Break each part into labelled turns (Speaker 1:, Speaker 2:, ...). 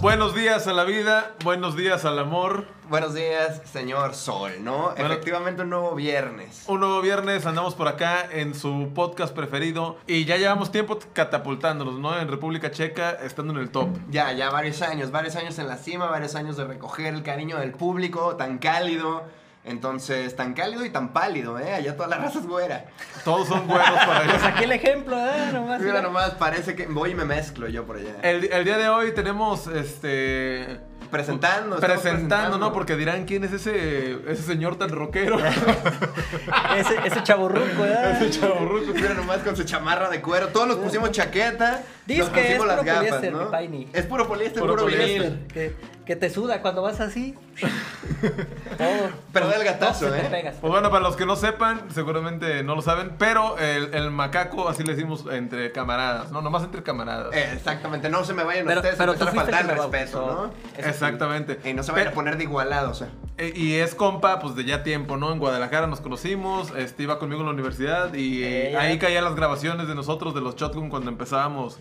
Speaker 1: Buenos días a la vida, buenos días al amor.
Speaker 2: Buenos días, señor Sol, ¿no?
Speaker 1: Bueno.
Speaker 2: Efectivamente, un nuevo viernes.
Speaker 1: Un nuevo viernes, andamos por acá en su podcast preferido y ya llevamos tiempo catapultándonos, ¿no? En República Checa, estando en el top.
Speaker 2: Ya, ya varios años, varios años en la cima, varios años de recoger el cariño del público, tan cálido. Entonces, tan cálido y tan pálido, ¿eh? Allá toda la raza es güera.
Speaker 1: Todos son buenos para ellos.
Speaker 3: Pues aquí el ejemplo, ¿eh? Nomás.
Speaker 2: Mira
Speaker 3: mira.
Speaker 2: nomás, parece que voy y me mezclo yo por allá.
Speaker 3: Eh,
Speaker 1: El, el día de hoy tenemos este.
Speaker 2: Presentando,
Speaker 1: Presentando,
Speaker 2: estamos presentando.
Speaker 1: ¿no? Porque dirán quién es ese, ese señor tan rockero.
Speaker 3: Ese, ese chaburruco, ¿eh?
Speaker 1: ese chavorruco.
Speaker 2: Mira nomás con su chamarra de cuero. Todos nos pusimos chaqueta.
Speaker 3: Dice
Speaker 2: nos
Speaker 3: que es
Speaker 2: pusimos las
Speaker 3: puro
Speaker 2: gafas,
Speaker 3: poliéster,
Speaker 2: ¿no?
Speaker 3: mi paini.
Speaker 2: Es puro poliéster,
Speaker 1: Puro
Speaker 2: puro,
Speaker 1: poliéster.
Speaker 2: vinil.
Speaker 3: Que, que te suda cuando vas así. Todo.
Speaker 2: Pero del gatazo,
Speaker 3: No, se te
Speaker 2: ¿eh?
Speaker 3: pegas.
Speaker 1: Pues bueno, para los que no sepan, seguramente no lo saben, pero el, el macaco, así le decimos entre camaradas, ¿no? Nomás entre camaradas.
Speaker 2: Eh, Exactamente, no se me vayan
Speaker 3: Pero,
Speaker 2: ustedes
Speaker 3: pero
Speaker 2: a
Speaker 3: tú
Speaker 2: empezar a
Speaker 3: fuiste
Speaker 2: faltar
Speaker 3: el
Speaker 2: el
Speaker 3: que me
Speaker 2: respeto,
Speaker 3: bautizó.
Speaker 2: ¿no?
Speaker 3: Eso sí.
Speaker 1: Exactamente.
Speaker 2: Y Eh, no se vayan a
Speaker 1: Pe-
Speaker 2: poner de igualados, o sea.
Speaker 1: Eh, Y es compa, pues de ya tiempo, ¿no? En Guadalajara nos conocimos, este, iba conmigo en la universidad y eh,
Speaker 3: Eh, ya.
Speaker 1: ahí caían las grabaciones de nosotros, de los Shotgun, cuando empezábamos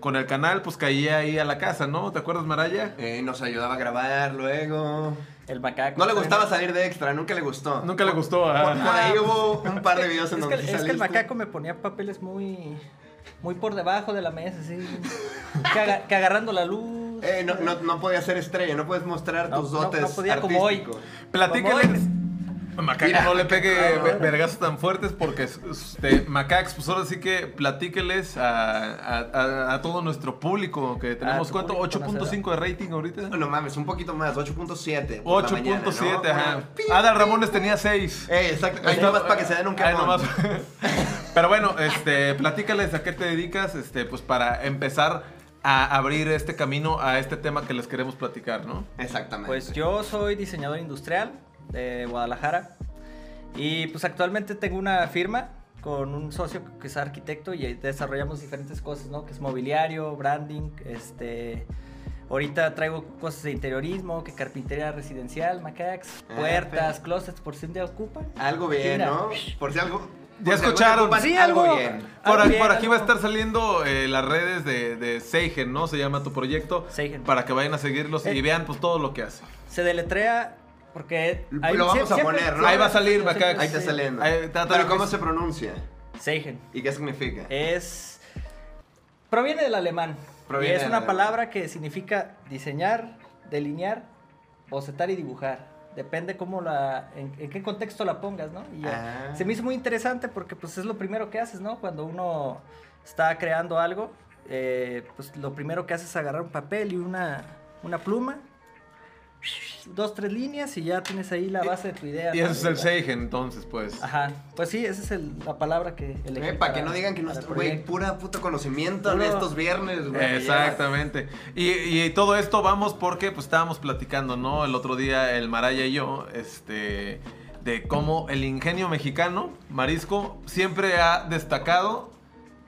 Speaker 1: con el canal, pues caía ahí a la casa, ¿no? ¿Te acuerdas, Maraya?
Speaker 2: Eh, nos ayudaba a grabar luego.
Speaker 3: El macaco.
Speaker 2: No le gustaba salir de extra, nunca le gustó.
Speaker 1: Nunca le gustó Ah.
Speaker 2: Por,
Speaker 1: a...
Speaker 2: por ahí hubo un par de videos en
Speaker 3: Es que,
Speaker 2: donde
Speaker 3: el-
Speaker 2: sí
Speaker 3: es que el
Speaker 2: saliste.
Speaker 3: macaco me ponía papeles muy. Muy por debajo de la mesa, así. Que, aga- que agarrando la luz.
Speaker 2: Eh, no, no, no podía ser estrella, no puedes mostrar
Speaker 3: No,
Speaker 2: tus
Speaker 3: no- no
Speaker 2: dotes
Speaker 3: podía como hoy.
Speaker 2: artísticos.
Speaker 1: Platícales. Macaco
Speaker 2: Mira,
Speaker 1: no le pegue
Speaker 2: macaco,
Speaker 1: ve-
Speaker 2: no.
Speaker 1: vergazos tan fuertes porque este, Macax, pues ahora sí que platíqueles a, a- a- a todo nuestro público que tenemos,
Speaker 3: tu
Speaker 1: ¿cuánto?
Speaker 3: público
Speaker 1: 8.5 de rating ahorita.
Speaker 2: No, no mames, un poquito más, 8.7. por la mañana,
Speaker 1: 8.7,
Speaker 2: ¿no?
Speaker 1: ajá.
Speaker 2: Pi.
Speaker 1: Adal Ramones tenía 6.
Speaker 2: Eh, exacto. Ahí nomás para que se den un
Speaker 1: Ahí
Speaker 2: camón.
Speaker 1: nomás. Pero bueno, este, platícales a qué te dedicas, este, pues para empezar a abrir este camino a este tema que les queremos platicar, ¿no?
Speaker 2: Exactamente.
Speaker 3: Pues yo soy diseñador industrial de Guadalajara y pues actualmente tengo una firma con un socio que es arquitecto y desarrollamos diferentes cosas, ¿no? Que es mobiliario, branding, este... Ahorita traigo cosas de interiorismo, que carpintería residencial, macax,
Speaker 2: Ah,
Speaker 3: puertas,
Speaker 2: perfecto.
Speaker 3: closets, por si un día ocupan.
Speaker 2: Algo bien,
Speaker 3: Mira.
Speaker 2: ¿no? Por si algo. por si
Speaker 1: Ya
Speaker 2: algo
Speaker 1: escucharon.
Speaker 2: ocupan,
Speaker 3: Sí,
Speaker 2: algo
Speaker 3: algo.
Speaker 2: bien.
Speaker 1: Por,
Speaker 3: Ah,
Speaker 1: a-
Speaker 3: bien,
Speaker 1: por aquí va a
Speaker 3: algo.
Speaker 1: estar saliendo eh, las redes de, de Seigen, ¿no? Se llama tu proyecto.
Speaker 3: Seigen.
Speaker 1: Para que vayan a seguirlos y
Speaker 3: Eh.
Speaker 1: vean pues todo lo que hace.
Speaker 3: Se deletrea porque...
Speaker 2: Lo vamos a poner, ¿no?
Speaker 1: Ahí va a salir,
Speaker 3: siempre-
Speaker 1: Macax.
Speaker 2: Ahí está
Speaker 3: sí.
Speaker 2: saliendo.
Speaker 1: Ahí está,
Speaker 2: Pero
Speaker 1: todavía
Speaker 2: ¿cómo
Speaker 1: es-
Speaker 2: se pronuncia?
Speaker 3: Seigen.
Speaker 2: ¿Y qué significa?
Speaker 3: Es. Proviene del alemán.
Speaker 2: Proviene
Speaker 3: y es
Speaker 2: del
Speaker 3: una
Speaker 2: alemán.
Speaker 3: palabra que significa diseñar, delinear, bocetar y dibujar. Depende cómo la. en, en qué contexto la pongas, ¿no? Y ya.
Speaker 2: Ah.
Speaker 3: se me hizo muy interesante porque pues es lo primero que haces, ¿no? Cuando uno está creando algo, eh, pues lo primero que haces es agarrar un papel y una, una pluma. Dos, tres líneas y ya tienes ahí la base de tu idea.
Speaker 1: Y
Speaker 3: ¿no?
Speaker 1: eso es el Seigen, entonces, pues.
Speaker 3: Ajá. Pues sí, esa es el- la palabra que elegí.
Speaker 2: Eh, para que no digan que no
Speaker 3: para el
Speaker 2: está, güey,
Speaker 3: proyecto.
Speaker 2: pura puto conocimiento en
Speaker 3: Puro-
Speaker 2: estos viernes, güey.
Speaker 1: Exactamente. Y, y todo esto vamos porque pues estábamos platicando, ¿no? El otro día el Maraya y yo, este, de cómo el ingenio mexicano, marisco, siempre ha destacado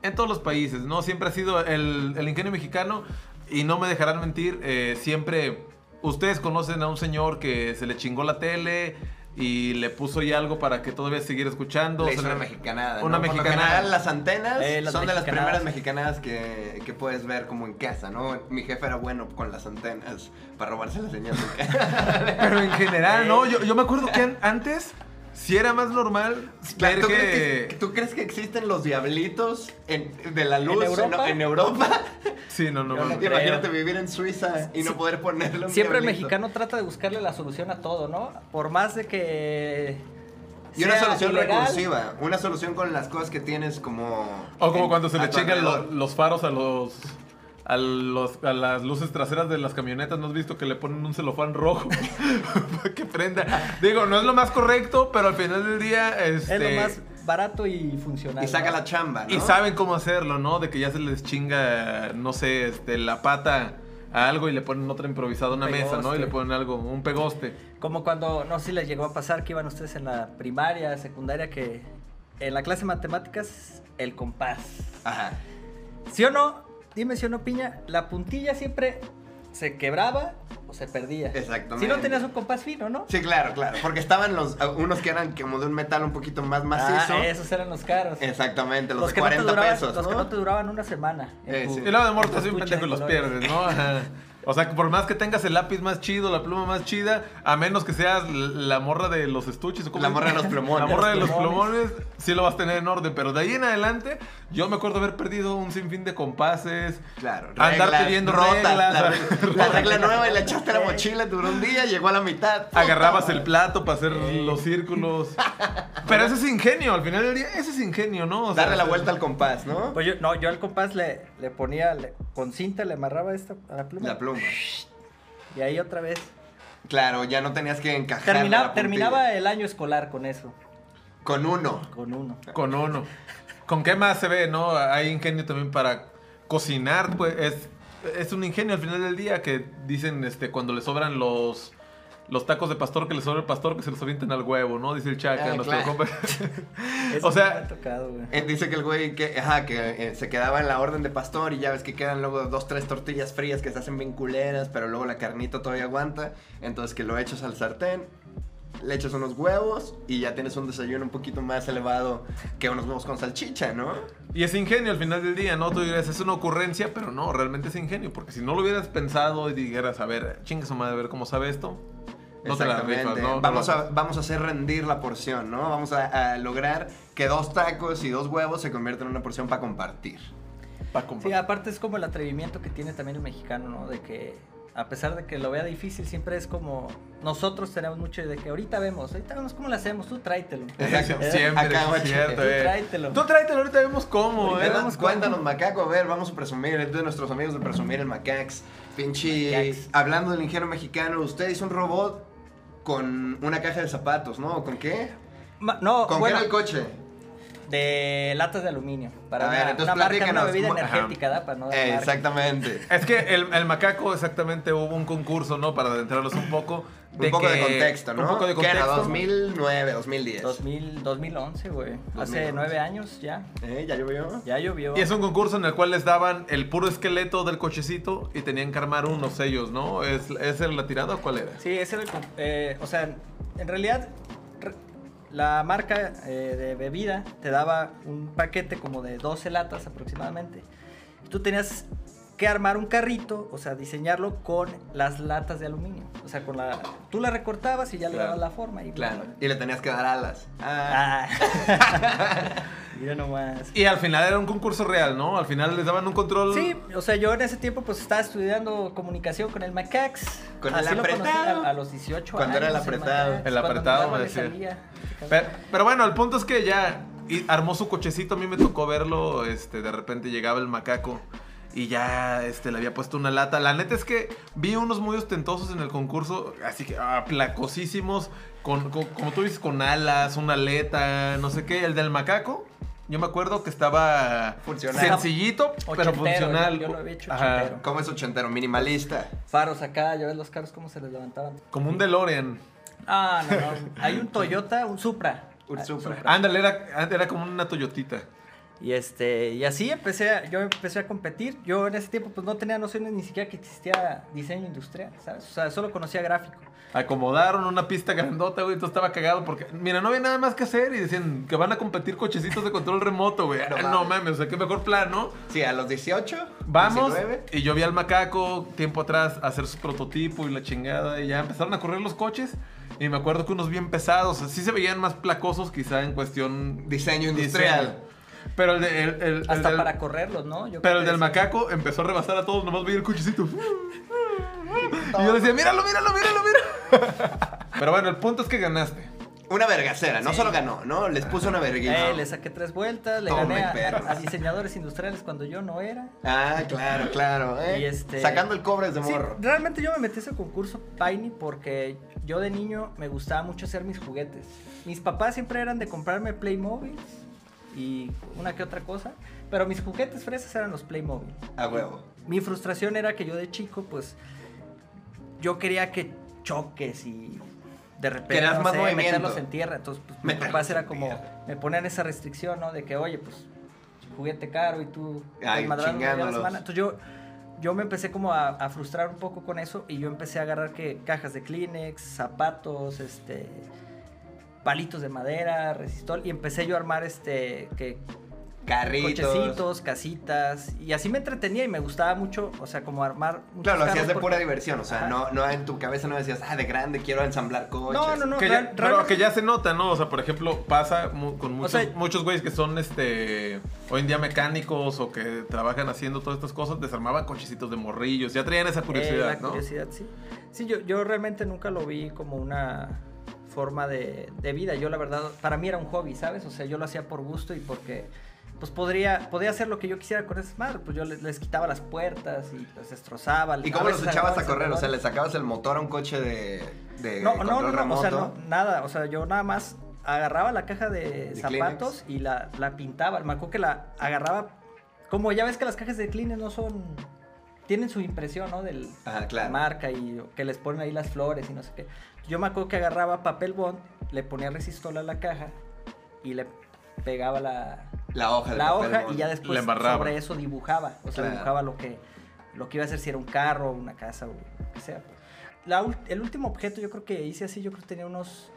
Speaker 1: en todos los países, ¿no? Siempre ha sido el, el ingenio mexicano y no me dejarán mentir, eh, siempre ustedes conocen a un señor que se le chingó la tele y le puso ya algo para que todavía siguiera escuchando.
Speaker 2: Le
Speaker 1: se
Speaker 2: hizo una
Speaker 1: le-
Speaker 2: mexicanada.
Speaker 1: Una
Speaker 2: ¿no? Por lo
Speaker 1: mexicanada.
Speaker 2: general, las antenas
Speaker 3: Eh, las
Speaker 2: son de las
Speaker 3: mexicanadas.
Speaker 2: primeras mexicanadas que, que puedes ver como en casa, ¿no? Mi jefe era bueno con las antenas para robarse las señales.
Speaker 1: Pero en general,
Speaker 3: Eh.
Speaker 1: ¿no? Yo, yo me acuerdo que an- antes sí era más normal ver
Speaker 2: Claro, ¿tú,
Speaker 1: que...
Speaker 2: crees que, tú crees que existen los diablitos en- de la luz
Speaker 3: Europa?
Speaker 2: en Europa?
Speaker 1: Sí, no, no.
Speaker 3: Yo
Speaker 1: mames.
Speaker 3: creo.
Speaker 2: Imagínate vivir en Suiza y no poder ponerle un
Speaker 3: Siempre el
Speaker 2: diablito.
Speaker 3: mexicano trata de buscarle la solución a todo, ¿no? Por más de que.
Speaker 2: Y una
Speaker 3: sea
Speaker 2: solución
Speaker 3: ilegal,
Speaker 2: recursiva, una solución con las cosas que tienes como...
Speaker 1: O como
Speaker 2: en-
Speaker 1: cuando se
Speaker 2: a
Speaker 1: le
Speaker 2: tu
Speaker 1: chingan lo-
Speaker 2: alrededor.
Speaker 1: los faros a los... A, los, a las luces traseras de las camionetas, ¿no has visto que le ponen un celofán rojo? para que prenda. Digo, no es lo más correcto, pero al final del día,
Speaker 3: Es
Speaker 1: este...
Speaker 3: lo más barato y funcional.
Speaker 2: Y saca
Speaker 3: ¿no?
Speaker 2: la chamba, ¿no?
Speaker 1: Y saben cómo hacerlo, ¿no? De que ya se les chinga, no sé, este, la pata a algo y le ponen otra improvisada a una mesa, ¿no? Y
Speaker 3: Pegoste.
Speaker 1: le ponen algo, un pegoste.
Speaker 3: Como cuando, no sé si les llegó a pasar que iban ustedes en la primaria, secundaria, que en la clase de matemáticas, el compás.
Speaker 2: Ajá.
Speaker 3: ¿Sí o no? Dime si o no, piña. La puntilla siempre se quebraba o se perdía.
Speaker 2: Exactamente.
Speaker 3: Si no tenías un compás fino, ¿no?
Speaker 2: Sí, claro, claro. Porque estaban los unos que eran como de un metal un poquito más
Speaker 3: Ah,
Speaker 2: macizo.
Speaker 3: esos eran los caros.
Speaker 2: Exactamente, los, de
Speaker 3: que no te
Speaker 2: 40
Speaker 3: duraban-
Speaker 2: pesos.
Speaker 3: Los
Speaker 2: ¿no?
Speaker 3: que no te duraban una semana. en
Speaker 2: Eh,
Speaker 3: tu-
Speaker 2: sí.
Speaker 1: Y luego de
Speaker 3: en tu
Speaker 1: muerto así un
Speaker 3: estuche
Speaker 1: pendejo
Speaker 3: de
Speaker 1: y los
Speaker 3: colores.
Speaker 1: pierdes, ¿no? Ajá. O sea, que por más que tengas el lápiz más chido, la pluma más chida, a menos que seas l- la morra de los estuches. ¿cómo
Speaker 2: La
Speaker 1: es?
Speaker 2: morra de los plomones.
Speaker 1: La morra de los
Speaker 3: Plomones.
Speaker 1: plomones, sí lo vas a tener en orden. Pero de ahí en adelante, yo me acuerdo haber perdido un sinfín de compases.
Speaker 2: Claro,
Speaker 1: Andar
Speaker 2: reglas
Speaker 1: pidiendo
Speaker 2: rotas,
Speaker 1: reglas.
Speaker 2: la, reg- la regla nueva y la echaste a la mochila, duró un día, llegó a la mitad. puta
Speaker 1: Agarrabas
Speaker 2: madre.
Speaker 1: el plato para hacer los círculos. Pero eso es ingenio, al final del día, eso es ingenio, ¿no? O sea,
Speaker 2: Darle la vuelta al compás, ¿no?
Speaker 3: Pues yo, no, yo al compás le, le ponía, le- con cinta le amarraba esta a la pluma.
Speaker 2: La pluma.
Speaker 3: Y ahí otra vez.
Speaker 2: Claro, ya no tenías que encajar.
Speaker 3: Terminaba, terminaba el año escolar con eso,
Speaker 2: Con uno.
Speaker 3: con uno.
Speaker 1: Con uno. ¿Con qué más se ve, no? Hay ingenio también para cocinar, pues es, es un ingenio al final del día que dicen este cuando le sobran los los tacos de pastor que le sobra el pastor que se los avienten al huevo, ¿no? Dice el Chaca,
Speaker 2: Ah,
Speaker 1: nuestro
Speaker 2: claro.
Speaker 1: compa.
Speaker 3: Eso
Speaker 1: O sea-
Speaker 3: no me ha tocado, güey.
Speaker 2: Eh, dice que el güey que, ajá, que eh, se quedaba en la orden de pastor y ya ves que quedan luego dos, tres tortillas frías que se hacen bien culeras, pero luego la carnita todavía aguanta. Entonces que lo echas al sartén, le echas unos huevos y ya tienes un desayuno un poquito más elevado que unos huevos con salchicha, ¿no?
Speaker 1: Y es ingenio al final del día, ¿no? Tú dirás, es una ocurrencia, pero no, realmente es ingenio. Porque si no lo hubieras pensado y dijeras, a ver, chingue su madre, a ver cómo sabe esto, no te la
Speaker 2: Exactamente.
Speaker 1: rifas, ¿no? No
Speaker 2: Vamos,
Speaker 1: lo
Speaker 2: a, vamos a hacer rendir la porción, ¿no? Vamos a, a lograr que dos tacos y dos huevos se conviertan en una porción para compartir.
Speaker 1: pa' comprar.
Speaker 3: Sí, aparte es como el atrevimiento que tiene también el mexicano, ¿no? De que a pesar de que lo vea difícil, siempre es como nosotros tenemos mucho de que ahorita vemos, ahorita vemos cómo lo hacemos, tú tráetelo.
Speaker 1: Exacto,
Speaker 3: Eh,
Speaker 1: siempre,
Speaker 2: Acá,
Speaker 1: es
Speaker 2: guache.
Speaker 1: cierto,
Speaker 3: Tú
Speaker 1: eh.
Speaker 3: tráetelo.
Speaker 1: Tú tráetelo, ahorita vemos cómo,
Speaker 2: Ahorita
Speaker 1: ¿eh?
Speaker 2: vemos, cuéntanos, macaco. A ver, vamos a presumir. Es de nuestros amigos de presumir el macax. Pinche.
Speaker 3: Macax.
Speaker 2: Hablando del ingeniero mexicano, usted hizo un robot con una caja de zapatos, ¿no? ¿Con qué?
Speaker 3: Ma- no,
Speaker 2: ¿Con
Speaker 3: Oh, bueno,
Speaker 2: qué era el coche?
Speaker 3: de latas de aluminio para
Speaker 2: A ver,
Speaker 3: una,
Speaker 2: entonces
Speaker 3: una marca, una
Speaker 2: platícanos,
Speaker 3: bebida
Speaker 2: ¿cómo- ajá.
Speaker 3: energética, ¿da? Para no dar
Speaker 2: Eh,
Speaker 3: marca.
Speaker 2: exactamente.
Speaker 1: Es que el, el macaco, exactamente, hubo un concurso, ¿no? Para adentrarlos un poco.
Speaker 2: un poco de
Speaker 1: que-
Speaker 2: contexto, ¿no?
Speaker 1: Un poco de contexto.
Speaker 2: ¿Qué era? 2009, 2010.
Speaker 3: 2000, 2011, güey. Hace
Speaker 2: 2011.
Speaker 3: nueve años ya.
Speaker 2: ¿Eh? ¿Ya llovió?
Speaker 3: Ya llovió.
Speaker 1: Y es un concurso en el cual les daban el puro esqueleto del cochecito y tenían que armar unos sellos, ¿no? ¿Es, es el- la tirada o cuál era?
Speaker 3: Sí, ese era el... con- eh, o sea, en realidad re- la marca eh, de bebida te daba un paquete como de 12 latas aproximadamente. Y tú tenías que armar un carrito, o sea, diseñarlo con las latas de aluminio. O sea, con la... Tú la recortabas y ya le
Speaker 2: Claro.
Speaker 3: dabas la forma. Y
Speaker 2: Claro. Y le tenías que dar alas. Ah.
Speaker 3: Ah. Mira Ah. nomás.
Speaker 1: Y al final era un concurso real, ¿no? Al final les daban un control.
Speaker 3: Sí, o sea, yo en ese tiempo pues estaba estudiando comunicación con el Macax.
Speaker 2: Con el
Speaker 3: Así lo conocí
Speaker 2: apretado.
Speaker 3: a, a los 18
Speaker 2: Cuando era
Speaker 3: años.
Speaker 2: el apretado.
Speaker 3: Macax,
Speaker 1: El
Speaker 3: cuando
Speaker 1: apretado, me
Speaker 3: andaba de
Speaker 1: decía.
Speaker 3: salida.
Speaker 1: Pero, pero bueno, el punto es que ya y armó su cochecito. A mí me tocó verlo. Este, de repente llegaba el macaco y ya este, le había puesto una lata. La neta es que vi unos muy ostentosos en el concurso, así que ah, placosísimos. Con, con- como tú dices, con alas, una aleta, no sé qué. El del macaco. Yo me acuerdo que estaba
Speaker 2: Funcional.
Speaker 1: sencillito, pero
Speaker 3: Ochentero,
Speaker 1: funcional.
Speaker 3: yo- yo lo había hecho
Speaker 1: Ajá,
Speaker 3: ochentero.
Speaker 2: ¿Cómo es ochentero? Minimalista.
Speaker 3: Faros acá, ya ves los carros cómo se les levantaban.
Speaker 1: como un DeLorean.
Speaker 3: Ah, no, no. Hay un Toyota, un Supra.
Speaker 2: Un
Speaker 3: Ah,
Speaker 2: Supra.
Speaker 1: Ándale, era, era como una Toyotita.
Speaker 3: Y este, y así empecé, a- yo empecé a competir. Yo en ese tiempo pues no tenía nociones ni siquiera que existía diseño industrial, ¿sabes? O sea, solo conocía gráfico.
Speaker 1: Acomodaron una pista grandota, güey. Entonces estaba cagado porque, mira, no había nada más que hacer. Y decían que van a competir cochecitos de control remoto, güey.
Speaker 2: No
Speaker 1: Ah, No,
Speaker 2: mames.
Speaker 1: mames, o sea, qué mejor plan, ¿no?
Speaker 2: Sí, a los 18.
Speaker 1: Vamos.
Speaker 2: 19.
Speaker 1: Y yo vi al macaco tiempo atrás hacer su prototipo y la chingada. Y ya empezaron a correr los coches. Y me acuerdo que unos bien pesados. Así se veían más placosos, quizá en cuestión
Speaker 2: Diseño industrial.
Speaker 1: diseño. Pero el, de- el- el- el
Speaker 3: Hasta
Speaker 1: del-
Speaker 3: para correrlos, ¿no?
Speaker 1: pero
Speaker 3: Yo creo
Speaker 1: el
Speaker 3: que
Speaker 1: del
Speaker 3: sí.
Speaker 1: macaco empezó a rebasar a todos. Nomás veía el cochecito. Y yo decía, míralo, míralo, míralo, míralo. Pero bueno, el punto es que ganaste.
Speaker 2: Una vergacera, no
Speaker 3: Sí.
Speaker 2: solo ganó, ¿no? Les puso una verguita.
Speaker 3: Eh, le saqué tres vueltas, le
Speaker 2: Tome,
Speaker 3: gané a-
Speaker 2: perros.
Speaker 3: a, a diseñadores industriales cuando yo no era.
Speaker 2: Ah, claro, claro, ¿eh?
Speaker 3: Y este-
Speaker 2: Sacando el cobre de
Speaker 3: Sí,
Speaker 2: morro.
Speaker 3: realmente yo me metí a ese concurso Piney porque yo de niño me gustaba mucho hacer mis juguetes. Mis papás siempre eran de comprarme Playmobil y una que otra cosa, pero mis juguetes fresas eran los Playmobil.
Speaker 2: A huevo.
Speaker 3: Mi frustración era que yo de chico, pues, yo quería que choques y de repente
Speaker 2: Querías
Speaker 3: no
Speaker 2: más
Speaker 3: sé,
Speaker 2: movimiento.
Speaker 3: meterlos en tierra. Entonces, pues, mis
Speaker 2: Meterlos
Speaker 3: papás era
Speaker 2: en
Speaker 3: como,
Speaker 2: tierra.
Speaker 3: me ponían esa restricción, ¿no? De que, oye, pues, juguete caro y tú
Speaker 2: Ay,
Speaker 3: estás madrando un día a la
Speaker 2: chingándolos.
Speaker 3: semana. Entonces, yo, yo me empecé como a, a frustrar un poco con eso y yo empecé a agarrar que cajas de Kleenex, zapatos, este palitos de madera, resistol y empecé yo a armar este que
Speaker 2: Carritos.
Speaker 3: cochecitos, casitas. Y así me entretenía y me gustaba mucho, o sea, como armar. muchos
Speaker 2: Claro, lo hacías
Speaker 3: carros
Speaker 2: de
Speaker 3: porque-
Speaker 2: pura diversión, o sea,
Speaker 3: Ajá.
Speaker 2: no, no en tu cabeza no decías, ah, de grande quiero ensamblar coches.
Speaker 3: No, no, no.
Speaker 1: Que
Speaker 3: real-
Speaker 1: ya- pero
Speaker 3: realmente-
Speaker 1: que ya se nota, ¿no? O sea, por ejemplo, pasa mu- con muchos,
Speaker 3: sea-
Speaker 1: muchos güeyes que son este hoy en día mecánicos o que trabajan haciendo todas estas cosas, desarmaban cochecitos de morrillos, ya traían esa
Speaker 3: Eh,
Speaker 1: curiosidad,
Speaker 3: la
Speaker 1: ¿no?
Speaker 3: curiosidad, sí. Sí, yo, yo realmente nunca lo vi como una forma de, de vida. Yo, la verdad, para mí era un hobby, ¿sabes? O sea, yo lo hacía por gusto y porque. Pues podría, podía hacer lo que yo quisiera con esas madres. Pues yo les, les quitaba las puertas y las destrozaba.
Speaker 2: ¿Y
Speaker 3: A
Speaker 2: cómo los
Speaker 3: veces
Speaker 2: echabas
Speaker 3: agarraba
Speaker 2: a correr? O sea,
Speaker 3: desarmadores.
Speaker 2: le sacabas el motor a un coche de, de
Speaker 3: No, no,
Speaker 2: control
Speaker 3: no, no,
Speaker 2: remoto.
Speaker 3: o sea, no, nada, o sea, yo nada más agarraba la caja de,
Speaker 2: De
Speaker 3: zapatos y la, la pintaba, me acuerdo que la agarraba, como ya ves que las cajas de Kleenex no son, tienen su impresión, ¿no? Del,
Speaker 2: Ajá, claro.
Speaker 3: la marca y que les ponen ahí las flores y no sé qué. Yo me acuerdo que agarraba papel bond, le ponía resistol a la caja y le pegaba la,
Speaker 2: La hoja de
Speaker 3: la
Speaker 2: papel
Speaker 3: hoja
Speaker 2: bond.
Speaker 3: y ya
Speaker 1: La
Speaker 3: después
Speaker 1: embarraba.
Speaker 3: sobre eso dibujaba. O sea,
Speaker 2: Claro.
Speaker 3: dibujaba lo que, lo que iba a hacer, si era un carro, una casa o lo que sea. La ul- el último objeto yo creo que hice así, yo creo que tenía unos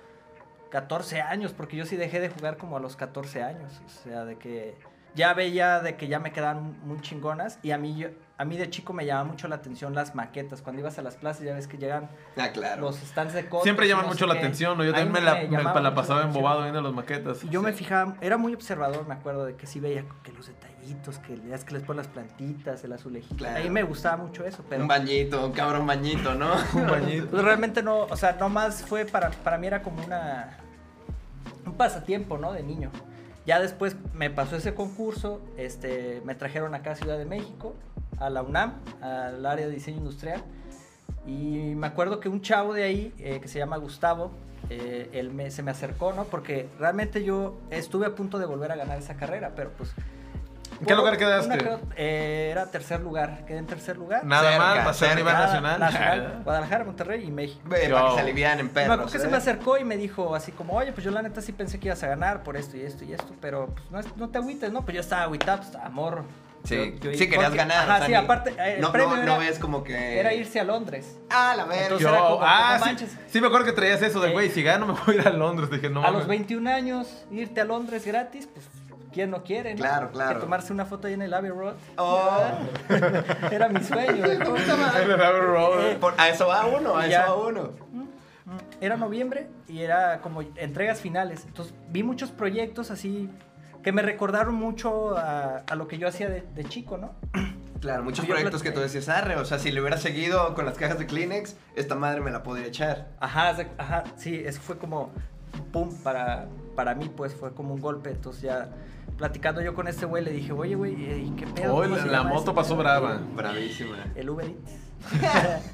Speaker 3: 14 años, porque yo sí dejé de jugar como a los 14 años. O sea, de que ya veía de que ya me quedaban muy chingonas y a mí, yo- a mí de chico me llamaba mucho la atención las maquetas. Cuando ibas a las plazas ya ves que llegan
Speaker 2: Ah, claro.
Speaker 3: los stands de cosas.
Speaker 1: Siempre llaman mucho la atención, ¿no? Yo también me la, me la pasaba embobado viendo las maquetas.
Speaker 3: Y yo me fijaba, era muy observador, me acuerdo de que sí veía que los detallitos, que le das que les ponen las plantitas, el azulejito.
Speaker 2: Claro.
Speaker 3: A mí me gustaba mucho eso, pero
Speaker 2: Un bañito, un cabrón bañito, ¿no?
Speaker 1: Un bañito.
Speaker 3: pues, realmente no, o sea, nomás fue para, para mí era como una un pasatiempo, ¿no? De niño. Ya después me pasó ese concurso, este, me trajeron acá a Ciudad de México, a la UNAM, al área de diseño industrial. Y me acuerdo que un chavo de ahí, eh, que se llama Gustavo, eh, él me- se me acercó, ¿no? Porque realmente yo estuve a punto de volver a ganar esa carrera, pero pues...
Speaker 1: ¿En qué lugar quedaste?
Speaker 3: una que- eh, era tercer lugar, quedé en tercer lugar.
Speaker 1: Nada
Speaker 2: Cerca,
Speaker 1: mal, pasé a
Speaker 2: cerca.
Speaker 1: nivel nacional.
Speaker 3: Guadalajara, Monterrey y México.
Speaker 2: Ve,
Speaker 1: Yo.
Speaker 2: para que se alivian en
Speaker 3: Y me acuerdo
Speaker 2: perros.
Speaker 3: que se
Speaker 2: ¿eh?
Speaker 3: me acercó y me dijo así como, oye, pues yo la neta sí pensé que ibas a ganar por esto y esto y esto, pero pues no, es- no te agüites, ¿no? Pues yo estaba agüitado, pues estaba morro.
Speaker 2: Sí,
Speaker 3: Yo- yo-
Speaker 2: sí querías
Speaker 3: porque-
Speaker 2: ganar.
Speaker 3: Ajá,
Speaker 2: o sea,
Speaker 3: sí,
Speaker 2: ni-
Speaker 3: aparte, eh, el
Speaker 2: no,
Speaker 3: premio
Speaker 2: no,
Speaker 3: era,
Speaker 2: no es como que...
Speaker 3: era irse a Londres.
Speaker 2: Ah, la verga.
Speaker 3: Entonces,
Speaker 1: Yo,
Speaker 3: era como,
Speaker 1: ah,
Speaker 3: no
Speaker 1: sí,
Speaker 3: manches.
Speaker 1: sí me acuerdo que traías eso de,
Speaker 3: Eh.
Speaker 1: güey, si gano me voy a ir a Londres. Dije, no
Speaker 3: a
Speaker 1: mames.
Speaker 3: los 21 años, irte a Londres gratis, pues quién no quiere, ¿no?
Speaker 2: Claro, claro.
Speaker 3: Que tomarse una foto ahí en el Abbey Road.
Speaker 2: Oh.
Speaker 3: era mi sueño. ¿no?
Speaker 1: El Rabbit Road.
Speaker 2: Por- a eso va uno, a
Speaker 3: Eh. Y ya.
Speaker 2: eso va uno.
Speaker 3: Era noviembre y era como entregas finales. Entonces vi muchos proyectos así que me recordaron mucho a, a lo que yo hacía de, de chico, ¿no?
Speaker 2: Claro, muchos
Speaker 3: Yo
Speaker 2: proyectos que
Speaker 3: platiqué.
Speaker 2: tú decías, arre, o sea, si le hubiera seguido con las cajas de Kleenex, esta madre me la podría echar.
Speaker 3: Ajá, haz de- ajá, sí, eso fue como pum para, para mí, pues fue como un golpe. Entonces ya platicando yo con este güey le dije, oye, güey, eh, ¿y qué pedo?
Speaker 1: Oh,
Speaker 3: ¿Cómo
Speaker 1: la-
Speaker 3: se
Speaker 1: la
Speaker 3: llama
Speaker 1: moto
Speaker 3: esto?
Speaker 1: pasó brava.
Speaker 2: Bravísima.
Speaker 3: El Uber Eats.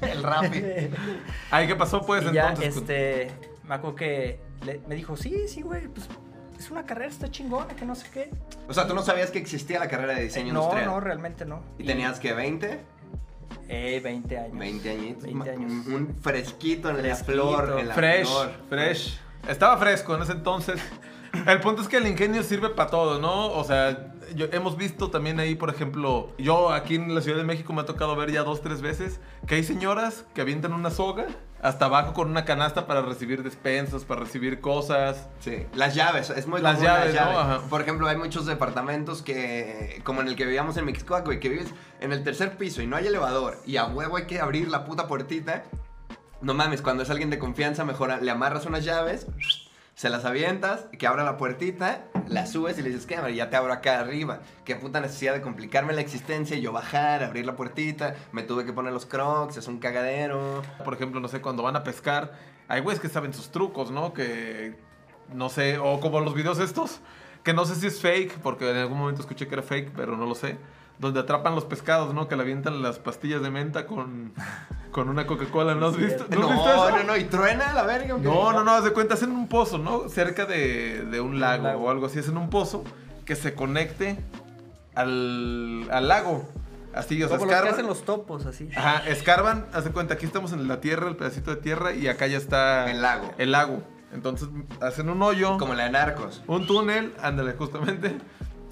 Speaker 2: El rap.
Speaker 1: Ay, ¿qué pasó pues
Speaker 3: y ya,
Speaker 1: entonces?
Speaker 3: este, me acuerdo que le- me dijo, sí, sí, güey, pues es una carrera, está chingona, que no sé qué.
Speaker 2: O sea, tú no sabías que existía la carrera de diseño
Speaker 3: Eh, no,
Speaker 2: industrial.
Speaker 3: no, realmente no.
Speaker 2: ¿Y tenías que 20?
Speaker 3: Eh, 20 años.
Speaker 2: 20 añitos.
Speaker 3: 20 años.
Speaker 2: Un- Un fresquito en
Speaker 3: Fresquito.
Speaker 2: la flor. En la
Speaker 1: Fresh,
Speaker 2: flor.
Speaker 1: fresh. Estaba fresco en ese entonces. El punto es que el ingenio sirve para todo, ¿no? O sea, yo- hemos visto también ahí, por ejemplo, yo aquí en la Ciudad de México me ha tocado ver ya dos, tres veces que hay señoras que avientan una soga hasta abajo con una canasta para recibir despensas, para recibir cosas.
Speaker 2: Sí, las llaves, es muy
Speaker 1: Las
Speaker 2: común
Speaker 1: llaves, ¿no? Ajá.
Speaker 2: Por ejemplo, hay muchos departamentos que, como en el que vivíamos en Mixcoac, güey, que vives en el tercer piso y no hay elevador y a huevo hay que abrir la puta puertita. No mames, cuando es alguien de confianza, mejor a- le amarras unas llaves, se las avientas, que abra la puertita, la subes y le dices, cámara, ya te abro acá arriba. Qué puta necesidad de complicarme la existencia, yo bajar, abrir la puertita, me tuve que poner los crocs, es un cagadero.
Speaker 1: Por ejemplo, no sé, cuando van a pescar, hay güeyes que saben sus trucos, ¿no? Que no sé, o como los videos estos, que no sé si es fake, porque en algún momento escuché que era fake, pero no lo sé. Donde atrapan los pescados, ¿no? Que le avientan las pastillas de menta con, con una Coca-Cola, ¿no has visto?
Speaker 2: No,
Speaker 1: has visto eso?
Speaker 2: no, no, y truena a la verga. ¿o qué?
Speaker 1: No, no, no, haz de cuenta, hacen un pozo, ¿no? Cerca de, de un lago,
Speaker 3: lago.
Speaker 1: o algo así, hacen un pozo que se conecte al, al lago. Así, o sea,
Speaker 3: Como los que
Speaker 1: escarban.
Speaker 3: hacen los topos, así.
Speaker 1: Ajá, escarban, haz de cuenta, aquí estamos en la tierra, el pedacito de tierra, y acá ya está
Speaker 2: El lago.
Speaker 1: El lago. Entonces hacen un hoyo,
Speaker 2: Como la de narcos.
Speaker 1: un túnel, ándale, justamente,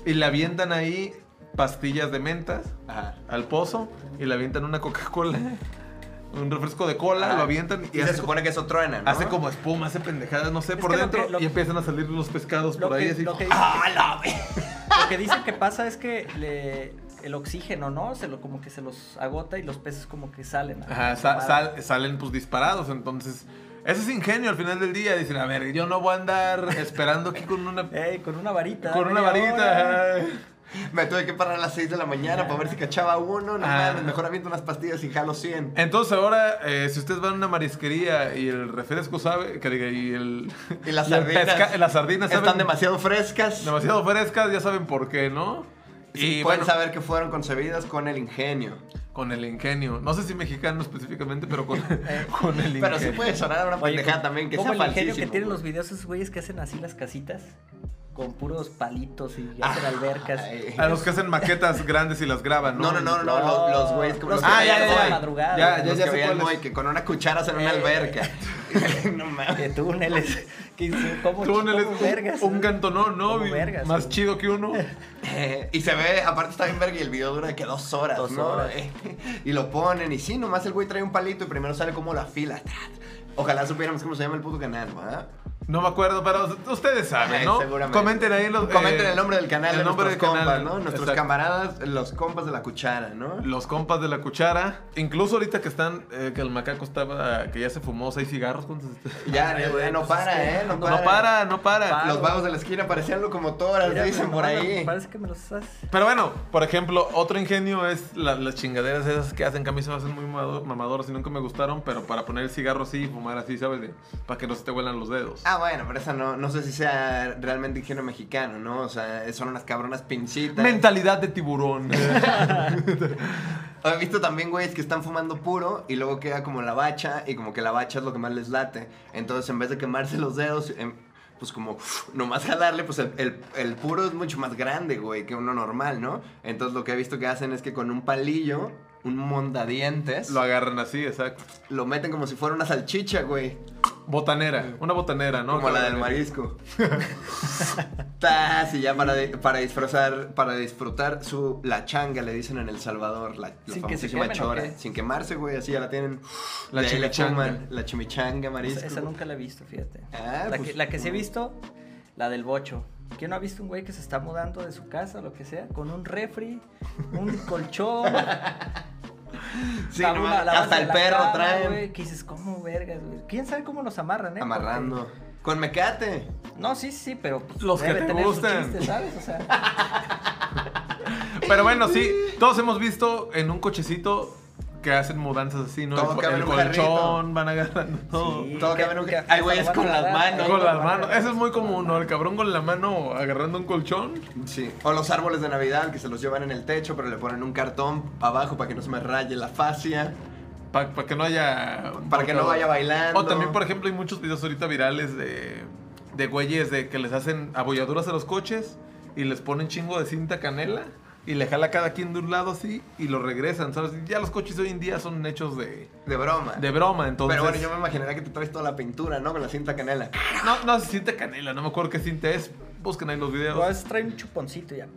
Speaker 1: y le avientan ahí pastillas de mentas
Speaker 2: Ajá.
Speaker 1: al pozo, y le avientan una Coca-Cola, un refresco de cola,
Speaker 2: Ajá.
Speaker 1: lo avientan
Speaker 2: Y,
Speaker 1: y,
Speaker 2: se
Speaker 1: hace,
Speaker 2: supone que eso truena, ¿no?
Speaker 1: hace como espuma, hace pendejadas, no sé,
Speaker 3: Es
Speaker 1: por
Speaker 3: que lo
Speaker 1: dentro,
Speaker 3: que- lo-
Speaker 1: y empiezan a salir los pescados
Speaker 3: Lo
Speaker 1: pues, por ahí
Speaker 3: que,
Speaker 1: así.
Speaker 3: lo que-
Speaker 2: ¡Ah, la ve-
Speaker 3: lo que que dicen que pasa es que le- el oxígeno, ¿no? Se lo, como que se los agota y los peces como que salen.
Speaker 1: Ajá, sa- sal- salen pues disparados, entonces... Ese es ingenio al final del día. Dicen, a ver, yo no voy a andar esperando aquí con una,
Speaker 3: Ey, con una varita.
Speaker 1: con una
Speaker 3: media hora.
Speaker 1: varita. ajá.
Speaker 2: Me tuve que parar a las 6 de la mañana para ver si cachaba uno. No
Speaker 1: Ah.
Speaker 2: mames, mejor aviento unas pastillas y jalo 100.
Speaker 1: Entonces ahora, eh, si ustedes van a una marisquería y el refresco sabe, que diga, y el...
Speaker 2: Y las
Speaker 1: y el
Speaker 2: sardinas.
Speaker 1: pesca- las sardinas saben
Speaker 2: Están demasiado frescas.
Speaker 1: demasiado frescas, ya saben por qué, ¿no?
Speaker 2: Sí,
Speaker 1: Y
Speaker 2: pueden
Speaker 1: bueno,
Speaker 2: saber que fueron concebidas con el ingenio.
Speaker 1: con el ingenio. No sé si mexicano específicamente, pero con, con el ingenio.
Speaker 2: Pero sí puede sonar una
Speaker 3: Eh, Oye,
Speaker 2: pendejada
Speaker 3: como-
Speaker 2: también, que
Speaker 3: como
Speaker 2: sea
Speaker 3: el ingenio que
Speaker 2: falsísimo,
Speaker 3: tienen
Speaker 2: güey.
Speaker 3: los videos esos güeyes que hacen así las casitas con puros palitos y hacen albercas.
Speaker 2: Ay.
Speaker 1: A los que hacen maquetas grandes y las graban, ¿no?
Speaker 2: No, no, no, no, no, los- los güeyes como
Speaker 3: Los
Speaker 2: los que
Speaker 3: que
Speaker 1: ah, ya,
Speaker 3: vayan
Speaker 1: ya,
Speaker 3: toda
Speaker 1: ya.
Speaker 3: la madrugada.
Speaker 1: Ya,
Speaker 2: Los
Speaker 1: ya,
Speaker 2: que
Speaker 1: sé
Speaker 2: veían
Speaker 1: cuáles.
Speaker 2: hoy que con una cuchara hacen una
Speaker 3: Eh.
Speaker 2: alberca. no mames.
Speaker 3: Que túneles. Que dice, ¿cómo,
Speaker 1: Túneles,
Speaker 3: cómo
Speaker 1: un-
Speaker 3: vergas?
Speaker 1: un cantonón, ¿no?
Speaker 3: Como vergas,
Speaker 1: Más
Speaker 3: güey.
Speaker 1: chido que uno.
Speaker 2: Eh, y se ve, aparte está bien verga y el video dura de que dos horas,
Speaker 3: Dos
Speaker 2: ¿no?
Speaker 3: horas.
Speaker 2: Eh, y lo ponen y sí, nomás el güey trae un palito y primero sale como la fila. tra, tra. Ojalá supiéramos cómo se llama el puto canal, ¿verdad?
Speaker 1: No me acuerdo, pero ustedes saben,
Speaker 2: Eh,
Speaker 1: ¿no?
Speaker 2: seguramente.
Speaker 1: Comenten ahí los... eh,
Speaker 2: Comenten el nombre del canal,
Speaker 1: el
Speaker 2: de
Speaker 1: nombre
Speaker 2: nuestros
Speaker 1: del
Speaker 2: compas,
Speaker 1: canal,
Speaker 2: ¿no? Nuestros
Speaker 1: exacto.
Speaker 2: camaradas, los compas de la cuchara, ¿no?
Speaker 1: Los compas de la cuchara. Incluso ahorita que están, eh, que el macaco estaba, que ya se fumó seis cigarros. ¿cuántos?
Speaker 2: Ya,
Speaker 3: Ay,
Speaker 2: ya
Speaker 3: güey,
Speaker 2: no
Speaker 3: pues es
Speaker 2: para,
Speaker 3: que
Speaker 2: ¿eh? No para.
Speaker 1: No para, no para.
Speaker 3: Pa-
Speaker 2: Los vagos de la esquina parecían locomotoras,
Speaker 3: Mira,
Speaker 2: dicen
Speaker 3: pero
Speaker 2: por
Speaker 3: no,
Speaker 2: ahí.
Speaker 3: me Parece que me los estás.
Speaker 1: Pero bueno, por ejemplo, otro ingenio es la- las chingaderas esas que hacen, que a mí se me hacen muy mamado- mamadoras y nunca me gustaron, pero para poner el cigarro así y fumar así, ¿sabes? De- para que no se te huelan los dedos.
Speaker 2: Ah, bueno, pero esa no, no sé si sea realmente ingenio mexicano, ¿no? O sea, son unas cabronas pincitas.
Speaker 1: Mentalidad de tiburón.
Speaker 2: He visto también güeyes que están fumando puro y luego queda como la bacha y como que la bacha es lo que más les late. Entonces, en vez de quemarse los dedos, em, pues como nomás jalarle, pues el, el- el puro es mucho más grande, güey, que uno normal, ¿no? Entonces, lo que he visto que hacen es que con un palillo, un mondadientes,
Speaker 1: Lo
Speaker 2: lo,
Speaker 1: agarran así, exacto.
Speaker 2: meten como si fuera una salchicha, güey.
Speaker 1: Botanera, una botanera, ¿no?
Speaker 2: como la del marisco. Tas, y ya para, di- para disfrazar, para disfrutar su la changa, le dicen en El Salvador, la, la
Speaker 3: Sin que se
Speaker 2: famosísima
Speaker 3: quemen, ¿o
Speaker 2: chora.
Speaker 3: qué?
Speaker 2: Sin quemarse, güey, así ya la tienen.
Speaker 1: La
Speaker 2: De ahí le
Speaker 1: chimichanga.
Speaker 2: fuman, la chimichanga, marisco.
Speaker 3: Esa, esa nunca la he visto, fíjate.
Speaker 2: Ah,
Speaker 3: la,
Speaker 2: pues,
Speaker 3: que, la que sí he
Speaker 2: no.
Speaker 3: visto, la del bocho. ¿Quién no ha visto un güey que se está mudando de su casa o lo que sea? Con un refri, un colchón,
Speaker 2: Sí,
Speaker 3: tabú,
Speaker 2: no
Speaker 3: la-
Speaker 2: mames,
Speaker 3: la
Speaker 2: hasta
Speaker 3: base
Speaker 2: el
Speaker 3: de la
Speaker 2: perro
Speaker 3: cama,
Speaker 2: traen.
Speaker 3: güey, que dices, ¿cómo vergas, güey? ¿Quién sabe cómo los amarran, eh?
Speaker 2: Amarrando. Con mecate.
Speaker 3: Porque- No, sí, sí, pero. pues,
Speaker 1: Los que
Speaker 3: debe
Speaker 1: te
Speaker 3: tener su
Speaker 1: gustan.
Speaker 3: chiste, ¿sabes? O sea,
Speaker 1: Pero bueno, sí, todos hemos visto en un cochecito que hacen mudanzas así, ¿no?
Speaker 2: Todo
Speaker 1: El,
Speaker 2: cabe
Speaker 1: el
Speaker 2: en un
Speaker 1: colchón, van agarrando todo.
Speaker 3: sí,
Speaker 2: todo
Speaker 3: que-
Speaker 2: cabrón que-
Speaker 3: que
Speaker 2: hay
Speaker 3: hasta
Speaker 2: güeyes
Speaker 3: lo van a
Speaker 2: con las
Speaker 3: agarrar,
Speaker 2: manos.
Speaker 3: ahí
Speaker 1: Con
Speaker 3: lo
Speaker 1: las
Speaker 3: van a
Speaker 1: manos.
Speaker 3: agarrar.
Speaker 1: Eso es muy común, ¿no? El cabrón con la mano agarrando un colchón.
Speaker 2: Sí. O los árboles de Navidad que se los llevan en el techo, pero le ponen un cartón abajo para que no se me raye la fascia.
Speaker 1: Para que no haya.
Speaker 2: Para que no vaya bailando.
Speaker 1: O también, por ejemplo, hay muchos videos ahorita virales de, de güeyes de que les hacen abolladuras a los coches y les ponen chingo de cinta canela y le jala cada quien de un lado así y lo regresan, ¿sabes? Ya los coches hoy en día son hechos de,
Speaker 2: De broma.
Speaker 1: de broma, entonces.
Speaker 2: Pero bueno, yo me imaginaría que te traes toda la pintura, ¿no? Con la cinta canela.
Speaker 1: No, no, es cinta canela, no me acuerdo qué cinta es. Busquen ahí los videos.
Speaker 3: No, es trae un chuponcito ya.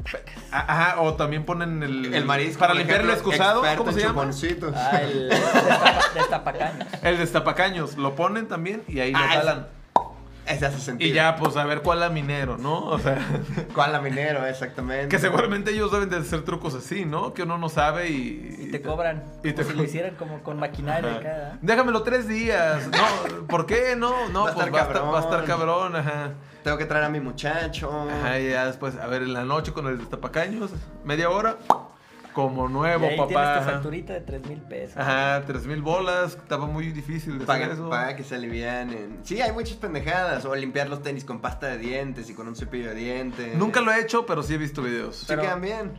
Speaker 1: A- Ajá, o también ponen el.
Speaker 2: El marisco.
Speaker 1: Mm, Para
Speaker 2: por
Speaker 1: limpiar el
Speaker 2: ejemplo,
Speaker 1: excusado.
Speaker 2: experto
Speaker 1: ¿Cómo
Speaker 2: en
Speaker 1: se llama?
Speaker 2: chuponcitos.
Speaker 3: Ah, el destapa- destapacaños.
Speaker 1: El destapacaños. Lo ponen también y ahí lo
Speaker 2: Ah,
Speaker 1: jalan.
Speaker 2: Ese hace sentido.
Speaker 1: Y ya, pues a ver cuál laminero, ¿no? O sea,
Speaker 2: ¿Cuál laminero, exactamente?
Speaker 1: que seguramente ellos deben de hacer trucos así, ¿no? Que uno no sabe y.
Speaker 3: Y te cobran.
Speaker 1: Y te
Speaker 3: como si lo
Speaker 1: cobran.
Speaker 3: hicieran como con maquinaria acá. ¿eh?
Speaker 1: Déjamelo tres días. No, ¿por qué? No, no,
Speaker 2: Va a
Speaker 1: pues
Speaker 2: estar
Speaker 1: va, a estar,
Speaker 2: cabrón.
Speaker 1: va a estar cabrón, ajá.
Speaker 2: Tengo que traer a mi muchacho.
Speaker 1: Ajá, y ya después, a ver, en la noche con el destapacaños, media hora, como
Speaker 3: Y
Speaker 1: nuevo,
Speaker 3: ahí
Speaker 1: papá.
Speaker 3: tienes tu
Speaker 1: ajá.
Speaker 3: facturita de 3 mil pesos.
Speaker 1: Ajá, tres mil bolas, estaba muy difícil de hacer
Speaker 2: Para,
Speaker 1: pues eso.
Speaker 2: para que se alivianen. Sí, hay muchas pendejadas. O limpiar los tenis con pasta de dientes y con un cepillo de dientes.
Speaker 1: Nunca lo he hecho, pero sí he visto videos.
Speaker 2: Sí,
Speaker 3: Pero-
Speaker 2: quedan bien.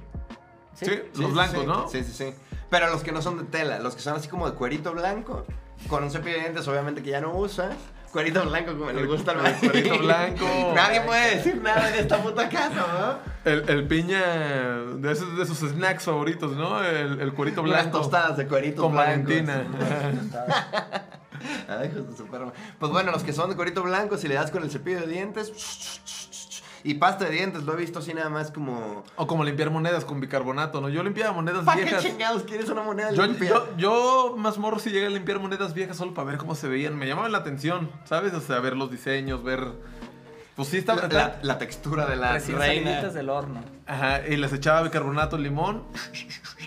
Speaker 1: Sí, los
Speaker 2: sí,
Speaker 1: blancos,
Speaker 2: sí.
Speaker 1: ¿no?
Speaker 2: Sí, sí, sí. Pero los que no son de tela, los que son así como de cuerito blanco, con un cepillo de dientes, obviamente que ya no usas. Cuerito blanco, como le gusta al
Speaker 1: El
Speaker 2: maíz.
Speaker 1: cuerito blanco.
Speaker 2: Nadie puede decir nada en esta puta casa, ¿no?
Speaker 1: El, el piña de esos, de esos snacks favoritos, ¿no? El, el cuerito
Speaker 2: Unas
Speaker 1: blanco.
Speaker 2: tostadas de cueritos
Speaker 1: con
Speaker 2: blancos.
Speaker 1: Valentina.
Speaker 2: Ay, hijos de su perra. Pues bueno, los que son de cuerito blanco, si le das con el cepillo de dientes. Y pasta de dientes, lo he visto así nada más como.
Speaker 1: O como limpiar monedas con bicarbonato, ¿no? Yo limpiaba monedas
Speaker 2: ¿Para qué
Speaker 1: viejas.
Speaker 2: chingados quieres una moneda
Speaker 1: Yo,
Speaker 2: limpia?
Speaker 1: yo, yo más morro si llegué a limpiar monedas viejas solo para ver cómo se veían. Me llamaban la atención, ¿sabes? O sea, ver los diseños, ver Pues sí, está.
Speaker 2: La,
Speaker 1: está-
Speaker 2: la- la textura de la
Speaker 3: Recién
Speaker 2: reina.
Speaker 3: saliditas del horno.
Speaker 1: Ajá, y les echaba bicarbonato, limón,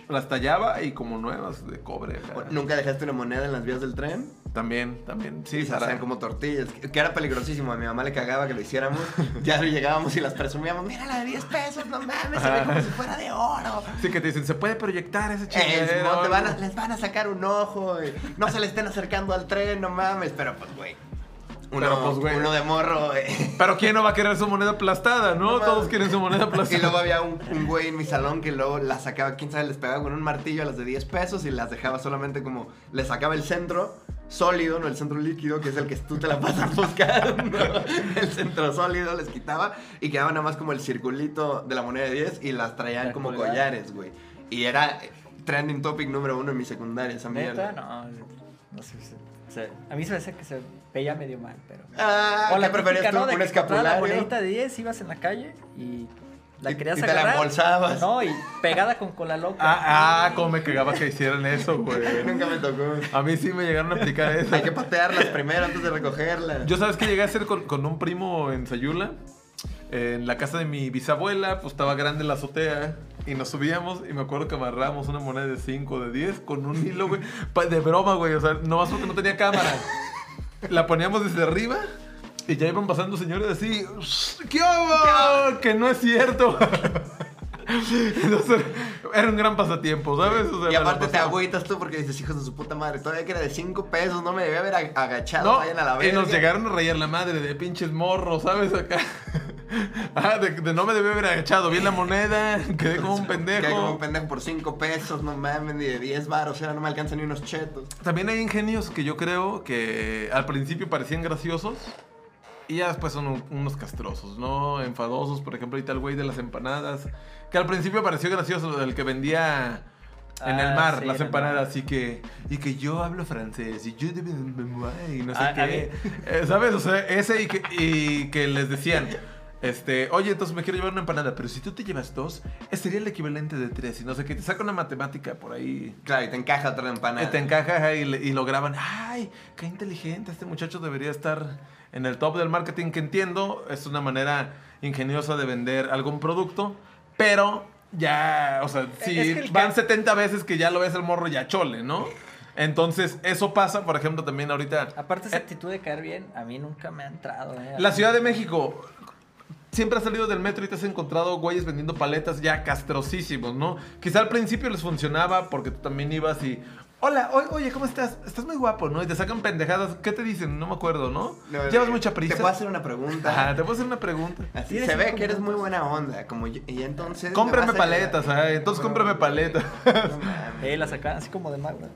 Speaker 1: las tallaba y como nuevas de cobre. ajá.
Speaker 2: ¿Nunca dejaste una moneda en las vías del tren?
Speaker 1: También, también. Sí,
Speaker 2: y se hacían
Speaker 1: Sara.
Speaker 2: como tortillas, que que era peligrosísimo. A mi mamá le cagaba que lo hiciéramos. Ya llegábamos y las presumíamos. Mira la de 10 pesos, no mames, se ve como si fuera de oro.
Speaker 1: Sí, que te dicen, se puede proyectar ese
Speaker 2: Eh,
Speaker 1: chingadero.
Speaker 2: Simón, te van a- les van a sacar un ojo. eh, No se le estén acercando al tren, no mames. Pero pues, güey. Uno,
Speaker 1: Pero, pues, güey.
Speaker 2: uno de morro. eh.
Speaker 1: Pero ¿quién no va a querer su moneda aplastada, no?
Speaker 2: No,
Speaker 1: Todos
Speaker 2: mames.
Speaker 1: quieren su moneda
Speaker 2: Y
Speaker 1: aplastada.
Speaker 2: luego había un, un güey en mi salón que luego las sacaba, quién sabe, les pegaba con un martillo a las de 10 pesos y las dejaba solamente como. Le sacaba el centro sólido, no el centro líquido, que es el que tú te la pasas buscando. el centro sólido les quitaba y quedaba nada más como el circulito de la moneda de 10 y las traían
Speaker 3: La
Speaker 2: como
Speaker 3: colgada.
Speaker 2: collares, güey. Y era eh, trending topic número uno en mi secundaria, esa mierda.
Speaker 3: Neta, no. No sé. se- se- a mí se me hace que se veía medio mal, pero.
Speaker 2: Ah,
Speaker 3: O la
Speaker 2: ¿qué preferías
Speaker 3: típica,
Speaker 2: tú?
Speaker 3: ¿no? De
Speaker 2: ¿Un
Speaker 3: que encontrabas la
Speaker 2: escapulario?
Speaker 3: monedita de 10, ibas en la calle y la
Speaker 2: Y-
Speaker 3: querías
Speaker 2: y te la
Speaker 3: agarrar.
Speaker 2: embolsabas.
Speaker 3: No, y pegada con cola loca.
Speaker 1: Ah, ah, cómo me cagaba que hicieran eso, güey.
Speaker 2: Nunca me tocó.
Speaker 1: A mí sí me llegaron a aplicar eso.
Speaker 2: Hay que patearlas primero antes de recogerlas.
Speaker 1: Yo sabes que llegué a hacer con, con un primo en Sayula, en la casa de mi bisabuela, pues estaba grande la azotea. Y nos subíamos y me acuerdo que amarrábamos una moneda de 5, de 10 con un hilo, güey. pa- De broma, güey. O sea, nomás porque no tenía cámara. La poníamos desde arriba y ya iban pasando señores así. ¿Qué hubo? Que no es cierto. Entonces, era un gran pasatiempo, ¿sabes? O sea, me
Speaker 2: Y
Speaker 1: la
Speaker 2: aparte te
Speaker 1: pasaba.
Speaker 2: agüitas tú porque dices, hijos de su puta madre, todavía que era de 5 pesos, no me debía haber ag- agachado,
Speaker 1: No,
Speaker 2: vayan a la
Speaker 1: y
Speaker 2: verga.
Speaker 1: nos llegaron a rayar la madre de pinches morros, ¿sabes? Acá. Ah, de, de no me debí haber agachado. Vi la moneda, quedé como un pendejo.
Speaker 2: Que como un pendejo por 5 pesos, no mames, ni de 10 baros, era, no me alcanzan ni unos chetos.
Speaker 1: También hay ingenios que yo creo que al principio parecían graciosos y ya después son un- unos castrosos, ¿no? Enfadosos, por ejemplo, ahorita el güey de las empanadas, que al principio pareció gracioso, el que vendía en
Speaker 3: Ah,
Speaker 1: el mar
Speaker 3: sí,
Speaker 1: las
Speaker 3: en el
Speaker 1: empanadas,
Speaker 3: mar.
Speaker 1: así que, y que yo hablo francés, y yo de y no sé
Speaker 3: Ah, A- a
Speaker 1: qué. Eh, ¿Sabes? O sea, ese y que, y que les decían. Este, oye, entonces me quiero llevar una empanada, pero si tú te llevas dos, eh, sería el equivalente de tres, y no sé qué, te saca una matemática por ahí.
Speaker 2: Claro, y te encaja otra
Speaker 1: Eh,
Speaker 2: empanada.
Speaker 1: Te encaja ajá, y, le- y lo graban. ¡Ay! ¡Qué inteligente! Este muchacho debería estar en el top del marketing, que entiendo. Es una manera ingeniosa de vender algún producto, pero ya, o sea, si
Speaker 3: Es que el
Speaker 1: van
Speaker 3: ca-
Speaker 1: 70 veces que ya lo ves el morro, ya chole, ¿no? Entonces, eso pasa, por ejemplo, también ahorita.
Speaker 3: Aparte,
Speaker 2: Eh.
Speaker 3: esa actitud de caer bien, a mí nunca me ha entrado. eh.
Speaker 1: La Ciudad de México. Siempre has salido del metro y te has encontrado güeyes vendiendo paletas ya castrosísimos, ¿no? Quizá al principio les funcionaba porque tú también ibas y. Hola, o- oye, ¿cómo estás? Estás muy guapo, ¿no? Y te sacan pendejadas. ¿Qué te dicen? No me acuerdo, ¿no?
Speaker 2: No,
Speaker 1: Llevas
Speaker 2: eh,
Speaker 1: mucha prisa.
Speaker 2: Te puedo hacer una pregunta.
Speaker 1: Ajá, te puedo hacer una pregunta.
Speaker 2: Así
Speaker 3: Tienes
Speaker 2: se ve
Speaker 3: cinco
Speaker 2: que eres muy
Speaker 3: minutos.
Speaker 2: buena onda, como yo- y entonces... me
Speaker 1: Cómprame
Speaker 2: vas a-
Speaker 1: paletas, ajá, entonces cómprame paletas.
Speaker 2: No mames.
Speaker 3: Eh, la sacaban así como de mal, güey.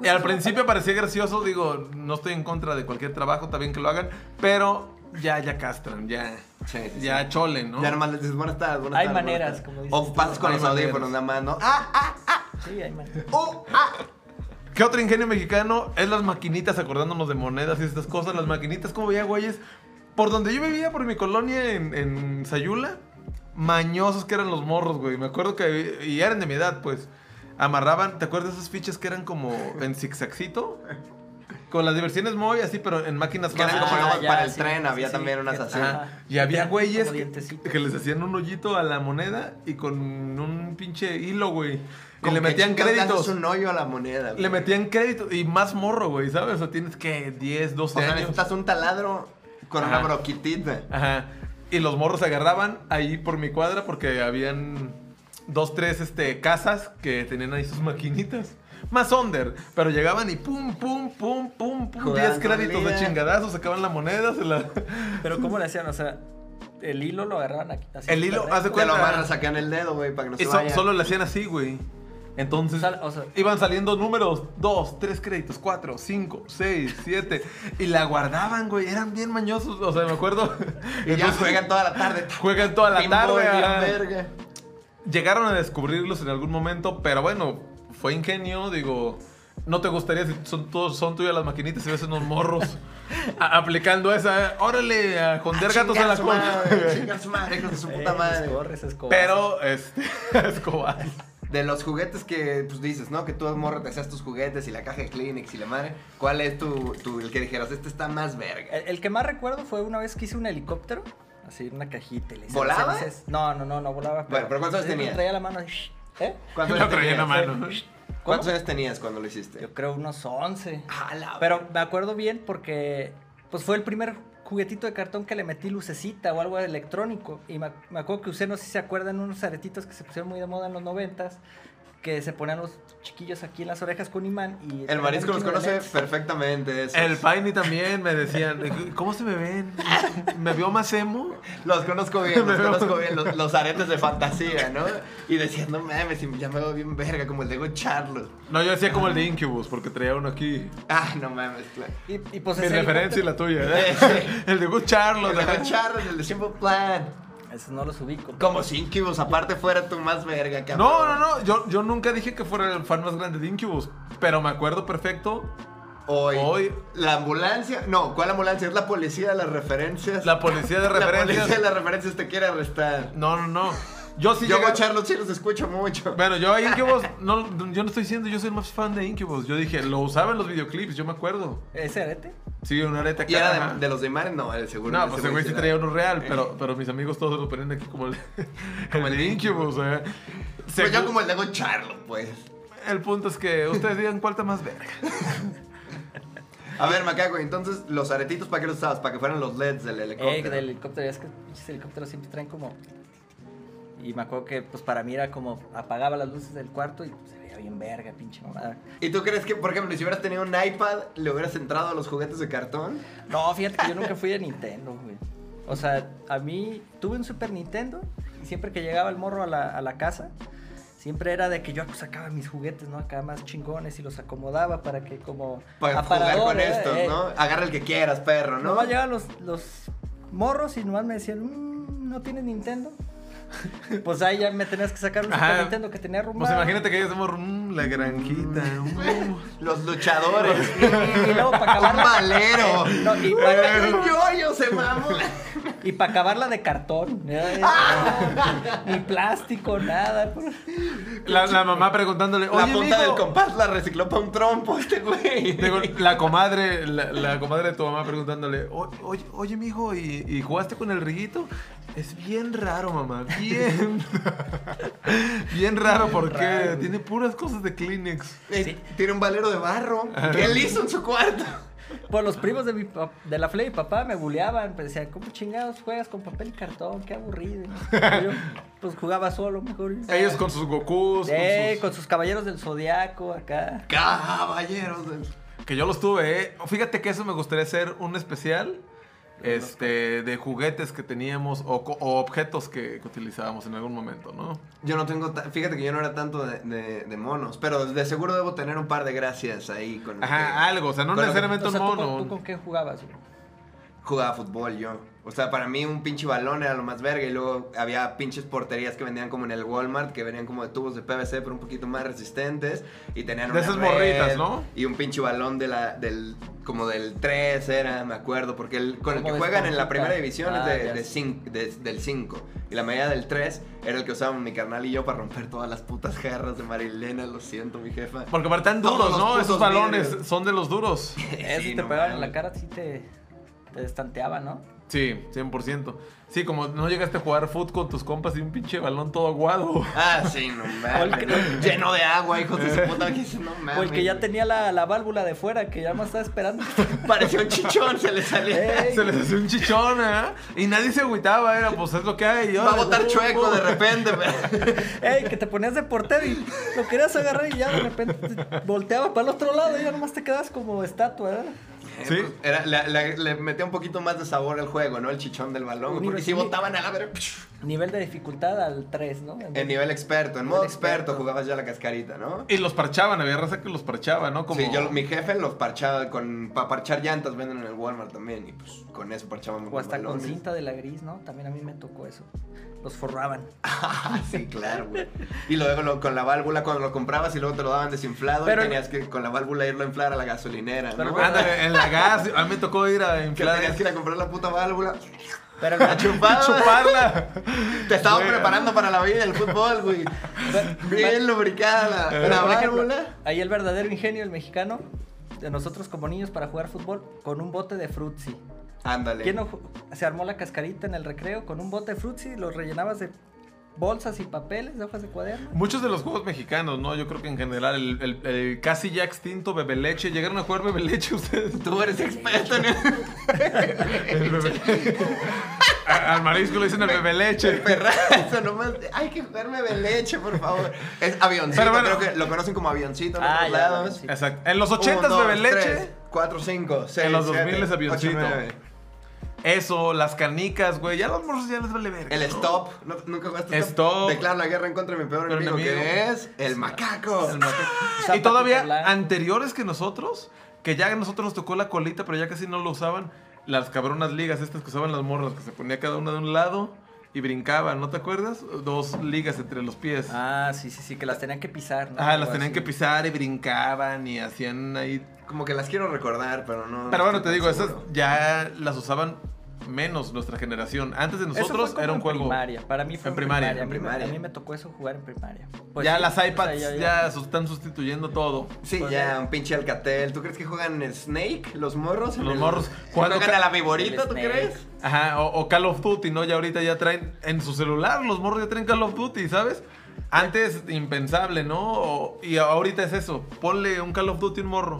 Speaker 1: Y al principio parecía gracioso, digo, no estoy en contra de cualquier trabajo, está bien que lo hagan, pero ya, ya castran, ya.
Speaker 2: Sí, sí, sí.
Speaker 1: Ya cholen, ¿no?
Speaker 2: Ya nomás les dices, buenas tardes, buenas
Speaker 3: Hay
Speaker 2: tardes,
Speaker 3: maneras,
Speaker 2: buenas tardes".
Speaker 3: como dices
Speaker 2: O
Speaker 3: tú.
Speaker 2: pasas con
Speaker 1: Hay
Speaker 2: los
Speaker 1: maneras.
Speaker 2: audífonos nada más, ¿no? ¡Ah, ah, ah!
Speaker 3: Sí, ahí man.
Speaker 2: ¡Oh, ah!
Speaker 1: ¿Qué otro ingenio mexicano? Es las maquinitas, acordándonos de monedas y estas cosas. Las maquinitas, como veía, güeyes. Por donde yo vivía, por mi colonia en, en Sayula, mañosos que eran los morros, güey. Me acuerdo que. Y eran de mi edad, pues. Amarraban, ¿te acuerdas de esas fichas que eran como en zigzagcito? Con las diversiones móvil, así, pero en máquinas
Speaker 2: Que eran
Speaker 1: más-
Speaker 2: como
Speaker 1: Ah,
Speaker 2: nomás para el tren, había también unas
Speaker 3: que-
Speaker 2: así.
Speaker 1: Ajá. Y había güeyes
Speaker 3: Como
Speaker 1: que,
Speaker 3: dientecitos.
Speaker 1: que les hacían un hoyito a la moneda y con un pinche hilo, güey. Y
Speaker 2: Como
Speaker 1: le
Speaker 2: que
Speaker 1: metían
Speaker 2: chingados le haces
Speaker 1: créditos.
Speaker 2: un hoyo a la moneda. güey.
Speaker 1: Le metían crédito y más morro, güey, ¿sabes? O sea, tienes que 10, 12
Speaker 2: O sea,
Speaker 1: años.
Speaker 2: necesitas un taladro con
Speaker 1: Ajá.
Speaker 2: una broquitita.
Speaker 1: Ajá. Y los morros se agarraban ahí por mi cuadra porque habían dos, tres este, casas que tenían ahí sus maquinitas. Más under, pero llegaban y pum, pum, pum, pum, pum.
Speaker 2: Jugaban
Speaker 1: 10 créditos de
Speaker 2: moneda.
Speaker 1: chingadazos, sacaban la moneda, se la.
Speaker 3: Pero ¿cómo le hacían? O sea, el hilo lo agarraban aquí. así
Speaker 1: El hilo,
Speaker 3: con
Speaker 1: haz de
Speaker 3: recto.
Speaker 2: Te lo
Speaker 1: cuenta.
Speaker 2: amarras acá en el dedo, güey, para que no
Speaker 1: Y
Speaker 2: se
Speaker 1: so-
Speaker 2: vaya.
Speaker 1: solo le hacían así, güey. Entonces
Speaker 3: Sal- o sea-
Speaker 1: iban saliendo números, dos, tres créditos, cuatro, cinco, seis, siete. Y la guardaban, güey. Eran bien mañosos. O sea, me acuerdo.
Speaker 2: Y ya
Speaker 1: Entonces,
Speaker 2: juegan toda la tarde.
Speaker 1: juegan toda la
Speaker 2: Pinball,
Speaker 1: tarde. ah.
Speaker 2: bien
Speaker 1: ajá.
Speaker 2: verga.
Speaker 1: Llegaron a descubrirlos en algún momento, pero bueno, fue ingenio, digo. No te gustaría si son, todos, son tuyas las maquinitas y ves unos morros a- aplicando esa. Órale, a jonder gatos a
Speaker 2: Chingar
Speaker 1: la
Speaker 2: su
Speaker 1: cola.
Speaker 2: madre, Chingar su madre, hijos de su
Speaker 3: Eh,
Speaker 2: puta madre.
Speaker 3: escorres, escobas.
Speaker 1: Pero, este, Escobar.
Speaker 2: de los juguetes que pues dices, ¿no? Que tú morro te hacías tus juguetes y la caja de Kleenex y la madre. ¿Cuál es tu, tu- el que dijeras, este está más verga?
Speaker 3: El, el que más recuerdo fue una vez que hice un helicóptero, así en una cajita. y le hice-
Speaker 2: ¿Volaba?
Speaker 3: le hice- No, no, no, no volaba.
Speaker 2: Bueno, ¿pero cuántos
Speaker 3: le- le
Speaker 2: tenías?
Speaker 3: Traía la mano así, ¿eh?
Speaker 2: ¿Cuántos
Speaker 1: Lo
Speaker 2: años
Speaker 1: traía en la
Speaker 2: tenías?
Speaker 1: mano.
Speaker 2: ¿Cuántos años tenías cuando lo hiciste?
Speaker 3: Yo creo unos 11.
Speaker 2: A la
Speaker 3: Pero me acuerdo bien porque pues fue el primer juguetito de cartón que le metí lucecita o algo de electrónico. Y me, me acuerdo que usé, no sé si se acuerdan, unos aretitos que se pusieron muy de moda en los noventas, que se ponían los chiquillos aquí en las orejas con imán. Y
Speaker 2: El marisco los conoce perfectamente. esos.
Speaker 1: El Piney también me decían, ¿cómo se me ven? ¿Me vio más emo?
Speaker 2: Los conozco bien, los
Speaker 1: Me veo-
Speaker 2: conozco bien, los, los aretes de fantasía, ¿no? Y decías, no mames, y ya me veo bien verga, como el de Go Charlos.
Speaker 1: No, yo decía como el de Incubus, porque traía uno aquí.
Speaker 2: Ah, no mames, claro.
Speaker 3: Y, y, pues
Speaker 1: Mi
Speaker 3: ese
Speaker 1: referencia y la tuya,
Speaker 2: Sí.
Speaker 1: ¿eh? El de Good Charlotte.
Speaker 2: Los de
Speaker 1: ajá.
Speaker 2: Go Charlos, el de Simple Plan.
Speaker 3: helicóptero- Esos no los ubico.
Speaker 2: Como si Incubus, aparte fuera tú más verga, cabrón.
Speaker 1: No, no, no. Yo, yo nunca dije que fuera el fan más grande de Incubus. Pero me acuerdo perfecto.
Speaker 2: Hoy,
Speaker 1: Hoy.
Speaker 2: La ambulancia. No, ¿cuál ambulancia? Es la policía de las referencias.
Speaker 1: La policía de
Speaker 2: La policía de
Speaker 1: referencias.
Speaker 2: las referencias te quiere arrestar.
Speaker 1: No, no, no. Yo sí
Speaker 2: Yo
Speaker 1: llegué-
Speaker 2: Go Charlos sí los escucho mucho.
Speaker 1: Bueno, yo a Incubus. No, yo no estoy diciendo, yo soy el más fan de Incubus. Yo dije, lo usaba en los videoclips, yo me acuerdo.
Speaker 3: ¿Ese arete?
Speaker 1: Sí, un arete acá.
Speaker 2: ¿Y era
Speaker 1: ajá.
Speaker 2: de, de los de Imanes? No, el seguro.
Speaker 1: No,
Speaker 2: ese
Speaker 1: pues el güey sí
Speaker 2: era-
Speaker 1: traía uno real, pero, pero mis amigos todos lo ponían aquí como el, como el de Incubus. ¿eh?
Speaker 2: Pues yo
Speaker 1: Según-
Speaker 2: como el de Go Charlos, pues.
Speaker 1: El punto es que ustedes digan cuál está más verga.
Speaker 2: A ver, Macaco, entonces, los aretitos, ¿para qué los usabas? Para que fueran los LEDs del
Speaker 3: Eh,
Speaker 2: helicóptero.
Speaker 3: del helicóptero. Es que pinches helicópteros siempre traen como... Y me acuerdo que pues para mí era como apagaba las luces del cuarto y se veía bien verga, pinche mamada.
Speaker 2: ¿Y tú crees que, por ejemplo, si hubieras tenido un iPad, le hubieras entrado a los juguetes de cartón?
Speaker 3: No, fíjate que yo nunca fui de Nintendo, güey. O sea, a mí tuve un Super Nintendo y siempre que llegaba el morro a la, a la casa, siempre era de que yo sacaba mis juguetes, ¿no? Acá más chingones y los acomodaba para que como...
Speaker 2: Para jugar
Speaker 3: aparador,
Speaker 2: con
Speaker 3: ¿eh?
Speaker 2: estos,
Speaker 3: Eh,
Speaker 2: ¿no? Agarra el que quieras, perro, ¿no?
Speaker 3: Nomás llegaban los, los morros y nomás me decían, "Mm, ¿no tienes Nintendo? Pues ahí ya me tenías que sacar un Super
Speaker 1: Ajá.
Speaker 3: Nintendo que tenía
Speaker 1: Pues
Speaker 3: arrumbado.
Speaker 1: imagínate que ellos somos mm, la granjita. mm.
Speaker 2: Los luchadores.
Speaker 3: Y, y luego para
Speaker 2: un
Speaker 3: acabarla...
Speaker 2: valero.
Speaker 3: No, y para-
Speaker 2: Un yoyo se mamó.
Speaker 3: Y para acabarla de cartón. ¿eh? Ni plástico, nada.
Speaker 1: La, la mamá preguntándole,
Speaker 2: La
Speaker 1: oye,
Speaker 2: punta
Speaker 1: mijo".
Speaker 2: del compás la recicló para un trompo este güey.
Speaker 1: Digo, la comadre, la, la comadre de tu mamá preguntándole, "O- oye, oye, mijo, ¿y, y jugaste con el riguito? Es bien raro, mamá, bien. bien raro porque
Speaker 3: raro.
Speaker 1: tiene puras cosas de Kleenex.
Speaker 2: Eh, Tiene un valero de barro. ¿Qué él hizo en su cuarto?
Speaker 3: Pues los primos de, mi pap- de la Flea y papá me buleaban. Pues decían, ¿cómo chingados juegas con papel y cartón? Qué aburrido. Y yo, pues jugaba solo, mejor.
Speaker 1: Ellos con sus Gokus, con
Speaker 3: Eh,
Speaker 1: sus-
Speaker 3: con sus caballeros del zodiaco acá.
Speaker 2: Caballeros. del-
Speaker 1: Que yo los tuve, ¿eh? Fíjate que eso me gustaría hacer un especial. Este, de juguetes que teníamos o, co- o objetos que, que utilizábamos en algún momento, ¿no?
Speaker 2: Yo no tengo, ta- fíjate que yo no era tanto de, de- de monos, pero de seguro debo tener un par de gracias ahí con el
Speaker 1: Ajá,
Speaker 2: que
Speaker 1: algo, o sea, no
Speaker 2: Con lo que-
Speaker 1: necesariamente
Speaker 3: O sea,
Speaker 1: un
Speaker 3: ¿tú, con, tú
Speaker 1: mono.
Speaker 3: con qué jugabas? güey?
Speaker 2: jugaba fútbol yo. O sea, para mí un pinche balón era lo más verga y luego había pinches porterías que vendían como en el Walmart, que venían como de tubos de PVC, pero un poquito más resistentes y tenían
Speaker 1: De
Speaker 2: una
Speaker 1: esas
Speaker 2: red
Speaker 1: morritas, ¿no?
Speaker 2: Y un pinche balón de la, del, como del 3 era, me acuerdo, porque el, con el
Speaker 3: Como
Speaker 2: que
Speaker 3: de
Speaker 2: juegan en la
Speaker 3: esponjita.
Speaker 2: primera división
Speaker 3: Ah,
Speaker 2: es de,
Speaker 3: ya
Speaker 2: de
Speaker 3: sé.
Speaker 2: cin- de- del 5 y la medida del 3 era el que usábamos mi carnal y yo para romper todas las putas jarras de Marilena, lo siento mi jefa.
Speaker 1: Porque aparte están
Speaker 2: Todos
Speaker 1: duros,
Speaker 2: los
Speaker 1: ¿no?
Speaker 2: putos
Speaker 1: Esos balones
Speaker 2: vidrios.
Speaker 1: son de los duros.
Speaker 3: Eh,
Speaker 2: Sí,
Speaker 3: si te
Speaker 2: no
Speaker 3: pegaban en
Speaker 2: mames.
Speaker 3: la cara, sí te, te estanteaba, ¿no?
Speaker 1: Sí, 100%. Sí, como no llegaste a jugar foot con tus compas y un pinche balón todo aguado.
Speaker 2: Ah, sí, no
Speaker 3: O
Speaker 2: mames.
Speaker 3: el que-
Speaker 2: Lleno de agua, hijos de su puta. que dice, no
Speaker 1: Ah,
Speaker 2: mames.
Speaker 3: O el que ya tenía la, la válvula de fuera, que ya más estaba esperando.
Speaker 2: Parecía un chichón, se le salía.
Speaker 3: Ey.
Speaker 1: Se les hacía un chichón, ¿eh? Y nadie se agüitaba, era, pues es lo que hay.
Speaker 2: Va a
Speaker 1: órale,
Speaker 2: botar
Speaker 1: pum,
Speaker 2: chueco
Speaker 1: pum.
Speaker 2: de repente. pero-
Speaker 3: Ey, que te ponías de portero y lo querías agarrar y ya de repente te volteaba para el otro lado y ya nomás te quedabas como estatua, ¿verdad?
Speaker 1: Sí.
Speaker 2: Eh, pues, era- la- la- le metía un poquito más de sabor al juego, ¿no? El chichón del balón. Porque si
Speaker 3: Universi-
Speaker 2: botaban a la verga.
Speaker 3: Nivel de dificultad al 3, ¿no?
Speaker 2: En nivel experto, en modo
Speaker 3: Nivel experto.
Speaker 2: experto jugabas ya la cascarita, ¿no?
Speaker 1: Y los parchaban, había raza que los parchaba, ¿no? Como...
Speaker 2: Sí, yo, mi jefe los parchaba con. Para parchar llantas venden en el Walmart también. Y pues con eso parchábamos
Speaker 3: O
Speaker 2: los
Speaker 3: hasta con
Speaker 2: balones.
Speaker 3: cinta de la gris, ¿no? También a mí me tocó eso. Los forraban.
Speaker 2: Ah, sí, claro, güey. Y luego lo- con la válvula, cuando lo comprabas y luego te lo daban desinflado
Speaker 3: Pero-
Speaker 2: y tenías que con la válvula irlo a inflar a la gasolinera,
Speaker 3: Pero
Speaker 2: ¿no?
Speaker 3: bueno,
Speaker 1: Ándale, en la gas, a mí me tocó ir a
Speaker 2: que
Speaker 1: inflar.
Speaker 2: tenías que ir a comprar la puta válvula.
Speaker 3: Pero
Speaker 2: La chupada.
Speaker 1: Chuparla.
Speaker 2: Te estaba
Speaker 1: Güey,
Speaker 2: preparando para la vida del fútbol, güey. Bien lubricada la, la
Speaker 3: Pero, por ejemplo,
Speaker 2: válvula.
Speaker 3: ahí el verdadero ingenio, el mexicano, de nosotros como niños para jugar fútbol, con un bote de frutzi.
Speaker 2: Ándale.
Speaker 3: ¿Quién no ju- se armó la cascarita en el recreo con un bote de frutzi? Los rellenabas de bolsas y papeles, de hojas de cuaderno.
Speaker 1: Muchos de los juegos mexicanos, ¿no? Yo creo que en general el, el- el casi ya extinto bebeleche. ¿Llegaron a jugar bebeleche ustedes?
Speaker 2: Tú eres experto en el
Speaker 1: El bebeleche. A- Al marisco le dicen el bebeleche.
Speaker 2: perrazo, nomás. Hay que jugarme de leche, por favor. Es avioncito,
Speaker 1: Pero bueno.
Speaker 2: creo que lo conocen como avioncito en
Speaker 3: Ah,
Speaker 2: otros
Speaker 3: ya,
Speaker 2: lados.
Speaker 3: avioncito.
Speaker 1: Exacto. En los 80 bebeleche.
Speaker 2: 4, 5, 6,
Speaker 1: En los 2000 es avioncito.
Speaker 2: 9.
Speaker 1: Eso, las canicas, güey. Ya los morros ya les vale verga.
Speaker 2: El
Speaker 1: ¿no?
Speaker 2: stop. No, nunca jugaste
Speaker 1: Stop.
Speaker 2: Declaro la guerra en contra de mi peor
Speaker 1: Peor
Speaker 2: enemigo, que
Speaker 1: enemigo.
Speaker 2: es el macaco.
Speaker 1: El macaco.
Speaker 3: Zapatito
Speaker 1: Ah, y todavía
Speaker 3: blanco.
Speaker 1: anteriores que nosotros, que ya a nosotros nos tocó la colita, pero ya casi no lo usaban. Las cabronas ligas, estas que usaban las morras, que se ponía cada una de un lado y brincaban, ¿no te acuerdas? Dos ligas entre los pies. Ah,
Speaker 3: Ah, sí, sí, sí, que las tenían que pisar. ¿no?
Speaker 1: las
Speaker 3: Algo
Speaker 1: tenían
Speaker 3: así.
Speaker 1: que pisar y brincaban y hacían ahí.
Speaker 2: Como que las quiero recordar, pero no.
Speaker 1: Pero bueno, te
Speaker 2: estoy
Speaker 1: digo,
Speaker 2: tan
Speaker 1: esas
Speaker 2: seguro.
Speaker 1: ya las usaban menos nuestra generación. Antes de
Speaker 3: Eso fue
Speaker 1: nosotros
Speaker 3: como
Speaker 1: era un
Speaker 3: en
Speaker 1: juego.
Speaker 3: primaria. Para mí fue
Speaker 1: En
Speaker 3: en
Speaker 1: primaria, en
Speaker 3: primaria. A mí me-
Speaker 2: primaria.
Speaker 3: A, mí, me tocó eso jugar en primaria. Pues
Speaker 1: ya
Speaker 3: sí,
Speaker 1: las
Speaker 3: o sea,
Speaker 1: iPads
Speaker 3: ya-
Speaker 1: ya,
Speaker 3: ya-
Speaker 1: se están sustituyendo todo.
Speaker 2: Sí,
Speaker 3: Pues
Speaker 2: ya,
Speaker 3: ya.
Speaker 2: un pinche alcatel. ¿Tú crees que juegan el Snake, los morros? en
Speaker 1: Los
Speaker 2: el-
Speaker 1: morros.
Speaker 2: ¿Juegan
Speaker 1: Cuando ca-
Speaker 2: a la viborita,
Speaker 3: El
Speaker 2: tú
Speaker 3: Snake.
Speaker 2: crees?
Speaker 1: Ajá, o, o Call of Duty, ¿no? Ya ahorita ya traen en su celular, los morros ya traen Call of Duty, ¿sabes? Antes impensable, ¿no? O- y ahorita es eso, ponle un Call of Duty a un morro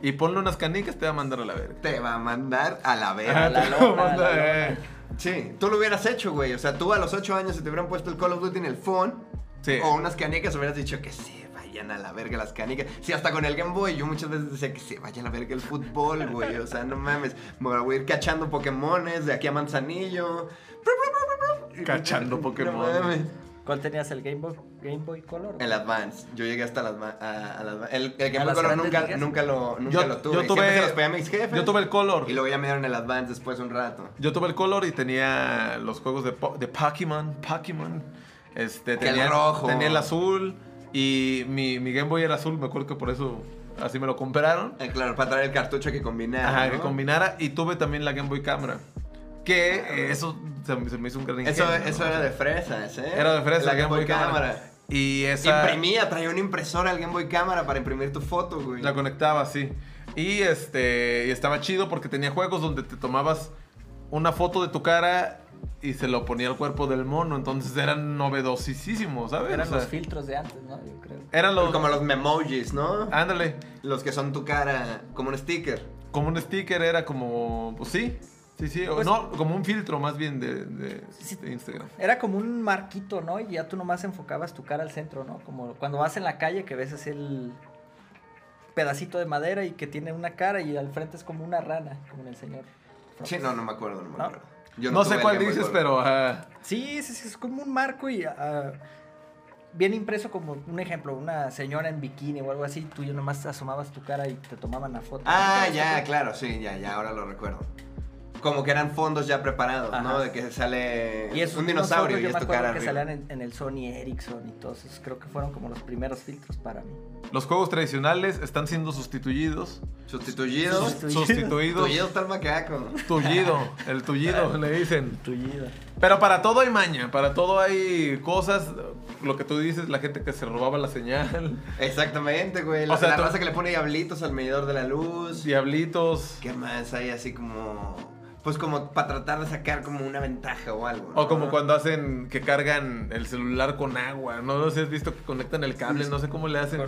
Speaker 1: y ponle unas canicas, te va a mandar a la verga.
Speaker 2: Te va a mandar a la verga.
Speaker 1: Ajá,
Speaker 3: la
Speaker 1: te va a
Speaker 3: lona,
Speaker 1: mandar,
Speaker 3: la lona.
Speaker 1: eh.
Speaker 2: Sí, tú lo hubieras hecho, güey. O sea, tú a los 8 años si te hubieran puesto el Call of Duty en el phone
Speaker 1: Sí.
Speaker 2: o unas canicas, hubieras dicho que se vayan a la verga las canicas. Sí, hasta con el Game Boy yo muchas veces decía que se vaya a la verga el fútbol, güey. O sea, no mames, me voy a ir cachando Pokémones de aquí a Manzanillo.
Speaker 1: Cachando Pokémon.
Speaker 2: No mames.
Speaker 3: ¿Cuál tenías? ¿El Game Boy, Game Boy Color?
Speaker 2: El Advance, yo llegué hasta el Advance. el, Advance. el, el Game
Speaker 3: ¿A
Speaker 2: Boy
Speaker 3: las
Speaker 2: Color
Speaker 3: grandes
Speaker 2: nunca,
Speaker 3: ligas?
Speaker 2: nunca lo, nunca
Speaker 1: Yo-
Speaker 2: lo
Speaker 1: yo
Speaker 2: tuve.
Speaker 1: tuve-
Speaker 2: Siempre se los pegué a mis jefes.
Speaker 1: Yo tuve el color.
Speaker 2: Y luego ya me dieron el Advance después un rato.
Speaker 1: Yo tuve el color y tenía los juegos de, po- de Pokémon, Pokémon. Este,
Speaker 2: Que el
Speaker 1: tenía
Speaker 2: rojo.
Speaker 1: Tenía el azul y mi, mi Game Boy era azul, me acuerdo que por eso así me lo compraron.
Speaker 2: Eh, claro, para traer el cartucho que combinaba.
Speaker 1: Ajá, que
Speaker 2: ¿no?
Speaker 1: combinara. Y tuve también la Game Boy Camera. Que eh, eso se, me- se me hizo un gran
Speaker 2: Eso, e,
Speaker 1: ingenio.
Speaker 2: eso era de fresas, ¿eh?
Speaker 1: Era de fresa,
Speaker 2: La
Speaker 1: Game Boy Camera.
Speaker 2: Cámara.
Speaker 1: Y esa.
Speaker 2: Imprimía, traía una impresora al Game Boy Cámara para imprimir tu foto, güey.
Speaker 1: La conectaba así. Y este. Y estaba chido porque tenía juegos donde te tomabas una foto de tu cara y se lo ponía al cuerpo del mono. Entonces eran novedosísimos, ¿sabes?
Speaker 3: Eran
Speaker 1: O sea,
Speaker 3: los filtros de antes, ¿no? Yo creo.
Speaker 1: Eran los.
Speaker 2: Como los memojis, ¿no?
Speaker 1: Ándale.
Speaker 2: Los que son tu cara, como un sticker.
Speaker 1: Como un sticker era como. Pues sí. Sí, sí. o
Speaker 3: Pues-
Speaker 1: no, como un filtro más bien de, de-
Speaker 3: Sí.
Speaker 1: de Instagram.
Speaker 3: Era como un marquito, ¿no? Y ya tú nomás enfocabas tu cara al centro, ¿no? Como cuando vas en la calle que ves así el pedacito de madera y que tiene una cara y al frente es como una rana, como en el señor. Fox.
Speaker 2: Sí, no, no me acuerdo, no me
Speaker 3: No.
Speaker 2: acuerdo. Yo
Speaker 1: No
Speaker 2: tuve
Speaker 1: sé
Speaker 2: el
Speaker 1: cuál
Speaker 2: Game Boy
Speaker 1: dices,
Speaker 2: Color.
Speaker 1: pero. ah, ajá.
Speaker 3: Sí, sí, sí, es como un marco y ah, bien impreso como un ejemplo, una señora en bikini o algo así, tú ya nomás asomabas tu cara y te tomaban la foto.
Speaker 2: Ah,
Speaker 3: ¿No te
Speaker 2: ya,
Speaker 3: das cuenta?
Speaker 2: claro, sí, ya, ya, ahora lo recuerdo. Como que eran fondos ya preparados, ¿no?
Speaker 3: Ajá.
Speaker 2: De que sale
Speaker 3: Y esos
Speaker 2: un
Speaker 3: unos
Speaker 2: dinosaurio
Speaker 3: otros
Speaker 2: y
Speaker 3: yo
Speaker 2: es
Speaker 3: me
Speaker 2: tu
Speaker 3: acuerdo
Speaker 2: cara
Speaker 3: que
Speaker 2: arriba.
Speaker 3: salían en, en el Sony Ericsson y todos esos, creo que fueron como los primeros filtros para mí.
Speaker 1: Los juegos tradicionales están siendo sustituidos.
Speaker 2: Sustituidos.
Speaker 3: Sustituidos.
Speaker 1: Sustituidos.
Speaker 2: Sustituidos está el macaco.
Speaker 1: Tullido. El tullido, le dicen.
Speaker 3: Tu vida.
Speaker 1: Pero para todo hay maña, para todo hay cosas. Lo que tú dices, la gente que se robaba la señal,
Speaker 2: Exactamente, güey. La,
Speaker 1: O sea,
Speaker 2: la
Speaker 1: tú-
Speaker 2: raza que le pone diablitos al medidor de la luz.
Speaker 1: diablitos.
Speaker 2: ¿Qué más hay así como.? Pues como para tratar de sacar como una ventaja o algo.
Speaker 1: O como
Speaker 2: ¿no?
Speaker 1: cuando hacen que cargan el celular con agua. No, sé si has visto que conectan el cable, no sé cómo le hacen.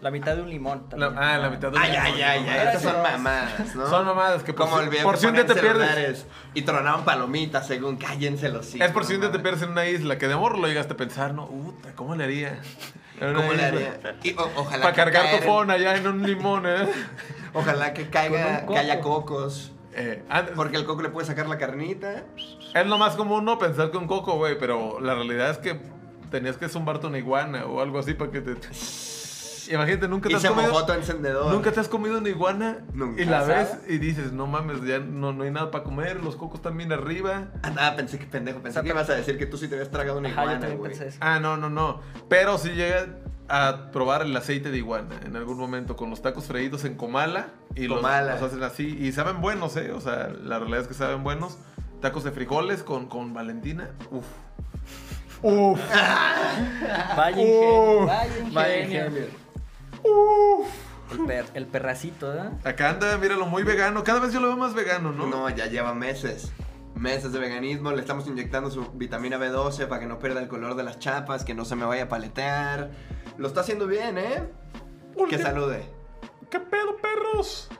Speaker 3: La mitad de un limón
Speaker 1: La-
Speaker 3: también.
Speaker 1: ah, la mitad de
Speaker 2: Ay, ay, ay, ay. Estas son mamadas, ¿no?
Speaker 1: Son mamadas que por
Speaker 2: Como
Speaker 1: si-
Speaker 2: el video
Speaker 1: por
Speaker 2: que
Speaker 1: si un día
Speaker 2: ponían
Speaker 1: te pierdes.
Speaker 2: celulares Y tronaban palomitas, según cállense los hijos.
Speaker 1: Es por si un día te pierdes en una isla, que de amor lo llegaste a pensar, no, puta, ¿cómo le haría? En una
Speaker 2: ¿Cómo
Speaker 1: isla.
Speaker 2: le haría? Y o- ojalá
Speaker 1: Para
Speaker 2: que
Speaker 1: cargar
Speaker 2: caer-
Speaker 1: tu phone allá en un limón, ¿eh?
Speaker 2: Ojalá que
Speaker 3: Con
Speaker 2: caiga,
Speaker 3: un coco.
Speaker 2: que haya cocos.
Speaker 1: Eh, and-
Speaker 2: Porque el coco le puede sacar la carnita.
Speaker 1: Es lo más común no pensar que un coco, güey, pero la realidad es que tenías que zumbarte una iguana o algo así para que te. Imagínate, nunca te
Speaker 2: Y
Speaker 1: has
Speaker 2: se mojó
Speaker 1: comido.
Speaker 2: tu encendedor.
Speaker 1: Nunca te has comido una iguana
Speaker 2: Nunca.
Speaker 1: y la ves
Speaker 3: ¿Asada?
Speaker 1: y dices, no mames, ya no, no hay nada para comer, los cocos están bien arriba.
Speaker 2: Ah, Ah, pensé que pendejo. Pensé
Speaker 3: Exacto.
Speaker 2: que ibas a decir que tú sí te habías tragado una
Speaker 3: Ajá, yo
Speaker 2: iguana,
Speaker 3: también
Speaker 2: güey.
Speaker 3: pensé eso.
Speaker 1: Ah, no, no, no. Pero si llegas a probar el aceite de iguana en algún momento con los tacos freídos en Comala y los-
Speaker 2: Comala.
Speaker 1: Los, hacen así y saben buenos, ¿eh? O sea, la realidad es que saben buenos. Tacos de frijoles con, con Valentina. Uf.
Speaker 4: Uf.
Speaker 1: Ah.
Speaker 3: Vaya ingenio,
Speaker 4: Uh,
Speaker 3: vaya ingenio.
Speaker 2: Vaya ingenio.
Speaker 3: El, per- el perracito, ¿verdad?
Speaker 1: Acá anda, míralo, muy vegano. Cada vez yo lo veo más vegano, ¿no?
Speaker 2: No, ya lleva meses. Meses de veganismo, le estamos inyectando su vitamina B12 para que no pierda el color de las chapas, que no se me vaya a paletear. Lo está haciendo bien, ¿eh? Que
Speaker 4: Ulti-
Speaker 2: salude.
Speaker 4: ¿Qué pedo, perros?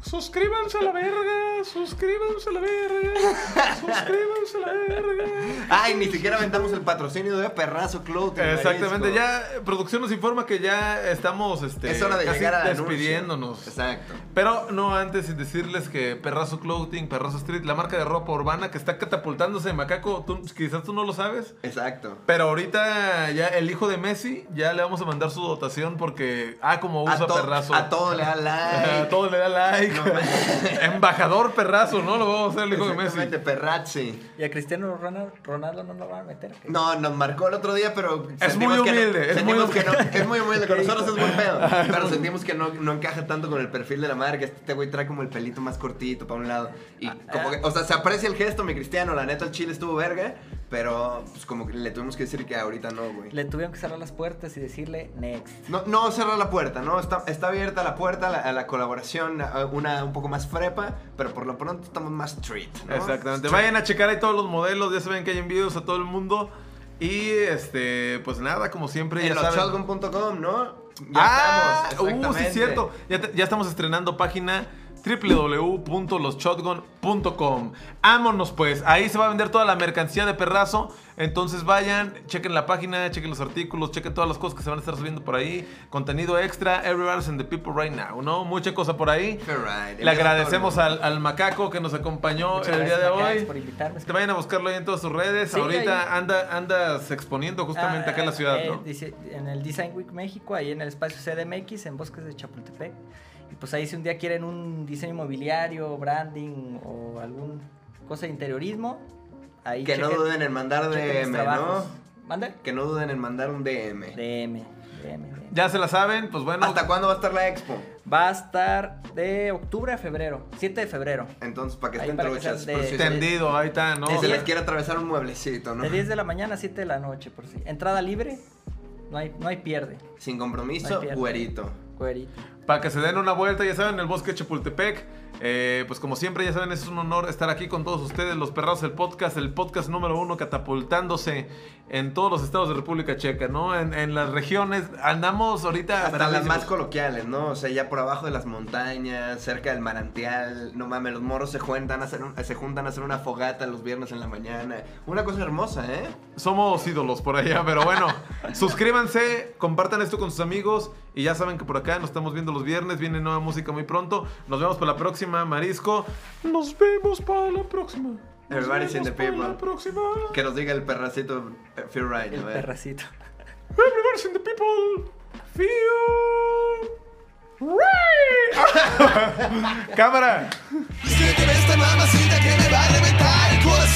Speaker 4: Suscríbanse a la verga, suscríbanse a la verga, suscríbanse a la verga.
Speaker 2: Ay, ni siquiera aventamos el patrocinio de Perrazo Clothing.
Speaker 1: Exactamente,
Speaker 2: Marisco.
Speaker 1: ya eh, producción nos informa que ya estamos este,
Speaker 2: Es hora de
Speaker 1: casi
Speaker 2: llegar a
Speaker 1: despidiéndonos.
Speaker 2: Exacto.
Speaker 1: Pero no antes sin decirles que Perrazo Clothing, Perrazo Street, la marca de ropa urbana que está catapultándose, Macaco, tú- quizás tú no lo sabes.
Speaker 2: Exacto.
Speaker 1: Pero ahorita ya el hijo de Messi, ya le vamos a mandar su dotación porque, ah, como usa
Speaker 2: a, to-
Speaker 1: Perrazo.
Speaker 2: a todo le da like.
Speaker 1: A todo le da like.
Speaker 2: No
Speaker 1: Embajador Perrazo, ¿no? Lo vamos a hacer el hijo de Messi.
Speaker 2: Exactamente, Perrazzi.
Speaker 3: Y a Cristiano Ronaldo, Ronaldo no lo van a meter.
Speaker 2: No, nos marcó el otro día, pero.
Speaker 1: Es
Speaker 2: sentimos
Speaker 1: muy
Speaker 2: que no-
Speaker 1: humilde, es
Speaker 2: sentimos
Speaker 1: muy
Speaker 2: que no-
Speaker 1: humilde.
Speaker 2: es muy humilde. Con nosotros es buen pedo. Pero sentimos que no, no encaja tanto con el perfil de la marca. Este güey trae como el pelito más cortito para un lado. Y
Speaker 1: Ah,
Speaker 2: como que, o sea, se aprecia el gesto, mi cristiano. La neta, el chile estuvo verga. Pero, pues como que le tuvimos que decir que ahorita no, güey.
Speaker 3: Le tuvieron que cerrar las puertas y decirle next.
Speaker 2: No, no cerrar la puerta, ¿no? Está, está abierta la puerta a la, a la colaboración, a una un poco más frepa, pero por lo pronto estamos más street, ¿no?
Speaker 1: Exactamente.
Speaker 2: Street.
Speaker 1: Vayan a checar ahí todos los modelos, ya saben que hay envíos a todo el mundo. Y este, pues nada, como siempre,
Speaker 2: En
Speaker 1: ya saben.
Speaker 2: loshotgun.com, ¿no? Ya
Speaker 1: ah,
Speaker 2: estamos,
Speaker 1: uh, sí es
Speaker 2: exactamente.
Speaker 1: cierto. Ya, te- ya estamos estrenando página www.losshotgun.com. Ámonos pues, ahí se va a vender toda la mercancía de perrazo. Entonces vayan, chequen la página, chequen los artículos, chequen todas las cosas que se van a estar subiendo por ahí. Contenido extra, everybody's in the people right now, ¿no? Mucha cosa por ahí.
Speaker 2: Alright,
Speaker 1: Le agradecemos al, al macaco que nos acompañó
Speaker 3: Muchas
Speaker 1: el día
Speaker 3: gracias,
Speaker 1: de
Speaker 3: Macax,
Speaker 1: hoy. este
Speaker 3: por invitarme.
Speaker 1: Te vayan a buscarlo ahí en todas sus redes.
Speaker 3: Sí,
Speaker 1: Ahorita
Speaker 3: ahí.
Speaker 1: anda, andas exponiendo justamente acá en la
Speaker 3: Ah,
Speaker 1: ciudad,
Speaker 3: eh,
Speaker 1: ¿no?
Speaker 3: dice, en el Design Week México, ahí en el espacio CDMX, en Bosques de Chapultepec. Y pues ahí si un día quieren un diseño inmobiliario, branding o algún cosa de interiorismo, ahí
Speaker 2: Que no
Speaker 3: chequen-
Speaker 2: duden en mandar
Speaker 3: chequen mis
Speaker 2: DM,
Speaker 3: trabajos.
Speaker 2: ¿no?
Speaker 3: ¿Mande?
Speaker 2: Que no duden en mandar un DM.
Speaker 3: DM, DM, DM.
Speaker 1: Ya se la saben, pues bueno.
Speaker 2: ¿Hasta cuándo va a estar la expo?
Speaker 3: Va a estar de octubre a febrero, 7 de febrero.
Speaker 2: Entonces, para que
Speaker 3: Ahí
Speaker 2: estén
Speaker 3: para que
Speaker 2: truchas.
Speaker 3: sean
Speaker 2: por
Speaker 3: de-
Speaker 2: si se-
Speaker 1: Tendido, ahí está, ¿no?
Speaker 2: si se
Speaker 3: de-
Speaker 2: les quiere atravesar un mueblecito, ¿no?
Speaker 3: De 10 de la mañana a 7 de la noche, por si. Entrada libre, no hay, no hay pierde.
Speaker 2: Sin
Speaker 3: No hay
Speaker 2: compromiso,
Speaker 3: pierde.
Speaker 2: güerito.
Speaker 3: Cuerito.
Speaker 1: Para que se den una vuelta, ya saben, en el bosque de Chapultepec. Eh, pues como siempre, ya saben, es un honor estar aquí con todos ustedes, los perrados del podcast, el podcast número uno catapultándose en todos los estados de República Checa, ¿no? En, en las regiones, andamos
Speaker 3: Ah,
Speaker 1: ahorita...
Speaker 2: Hasta las
Speaker 1: bravísimos.
Speaker 2: más coloquiales, ¿no? O sea, ya por abajo de las montañas, cerca del manantial. No mames, los morros se juntan a hacer, un- se juntan a hacer una fogata los viernes en la mañana. Una cosa hermosa, ¿eh?
Speaker 1: Somos ídolos por allá, pero bueno, suscríbanse, compartan esto con sus amigos y ya saben que por acá nos estamos viendo los viernes, viene nueva música muy pronto. Nos vemos para la próxima, Marisco.
Speaker 4: Nos vemos para la próxima. Nos
Speaker 2: Everybody's in
Speaker 4: vemos
Speaker 2: the
Speaker 4: para
Speaker 2: people.
Speaker 4: la próxima.
Speaker 2: Que nos diga el perracito eh, Feel Right.
Speaker 3: El
Speaker 2: a ver.
Speaker 3: perracito.
Speaker 4: Everybody's in the people. Feel right.
Speaker 1: Cámara.
Speaker 5: Dice que ves esta mamacita que me va a reventar el corazón.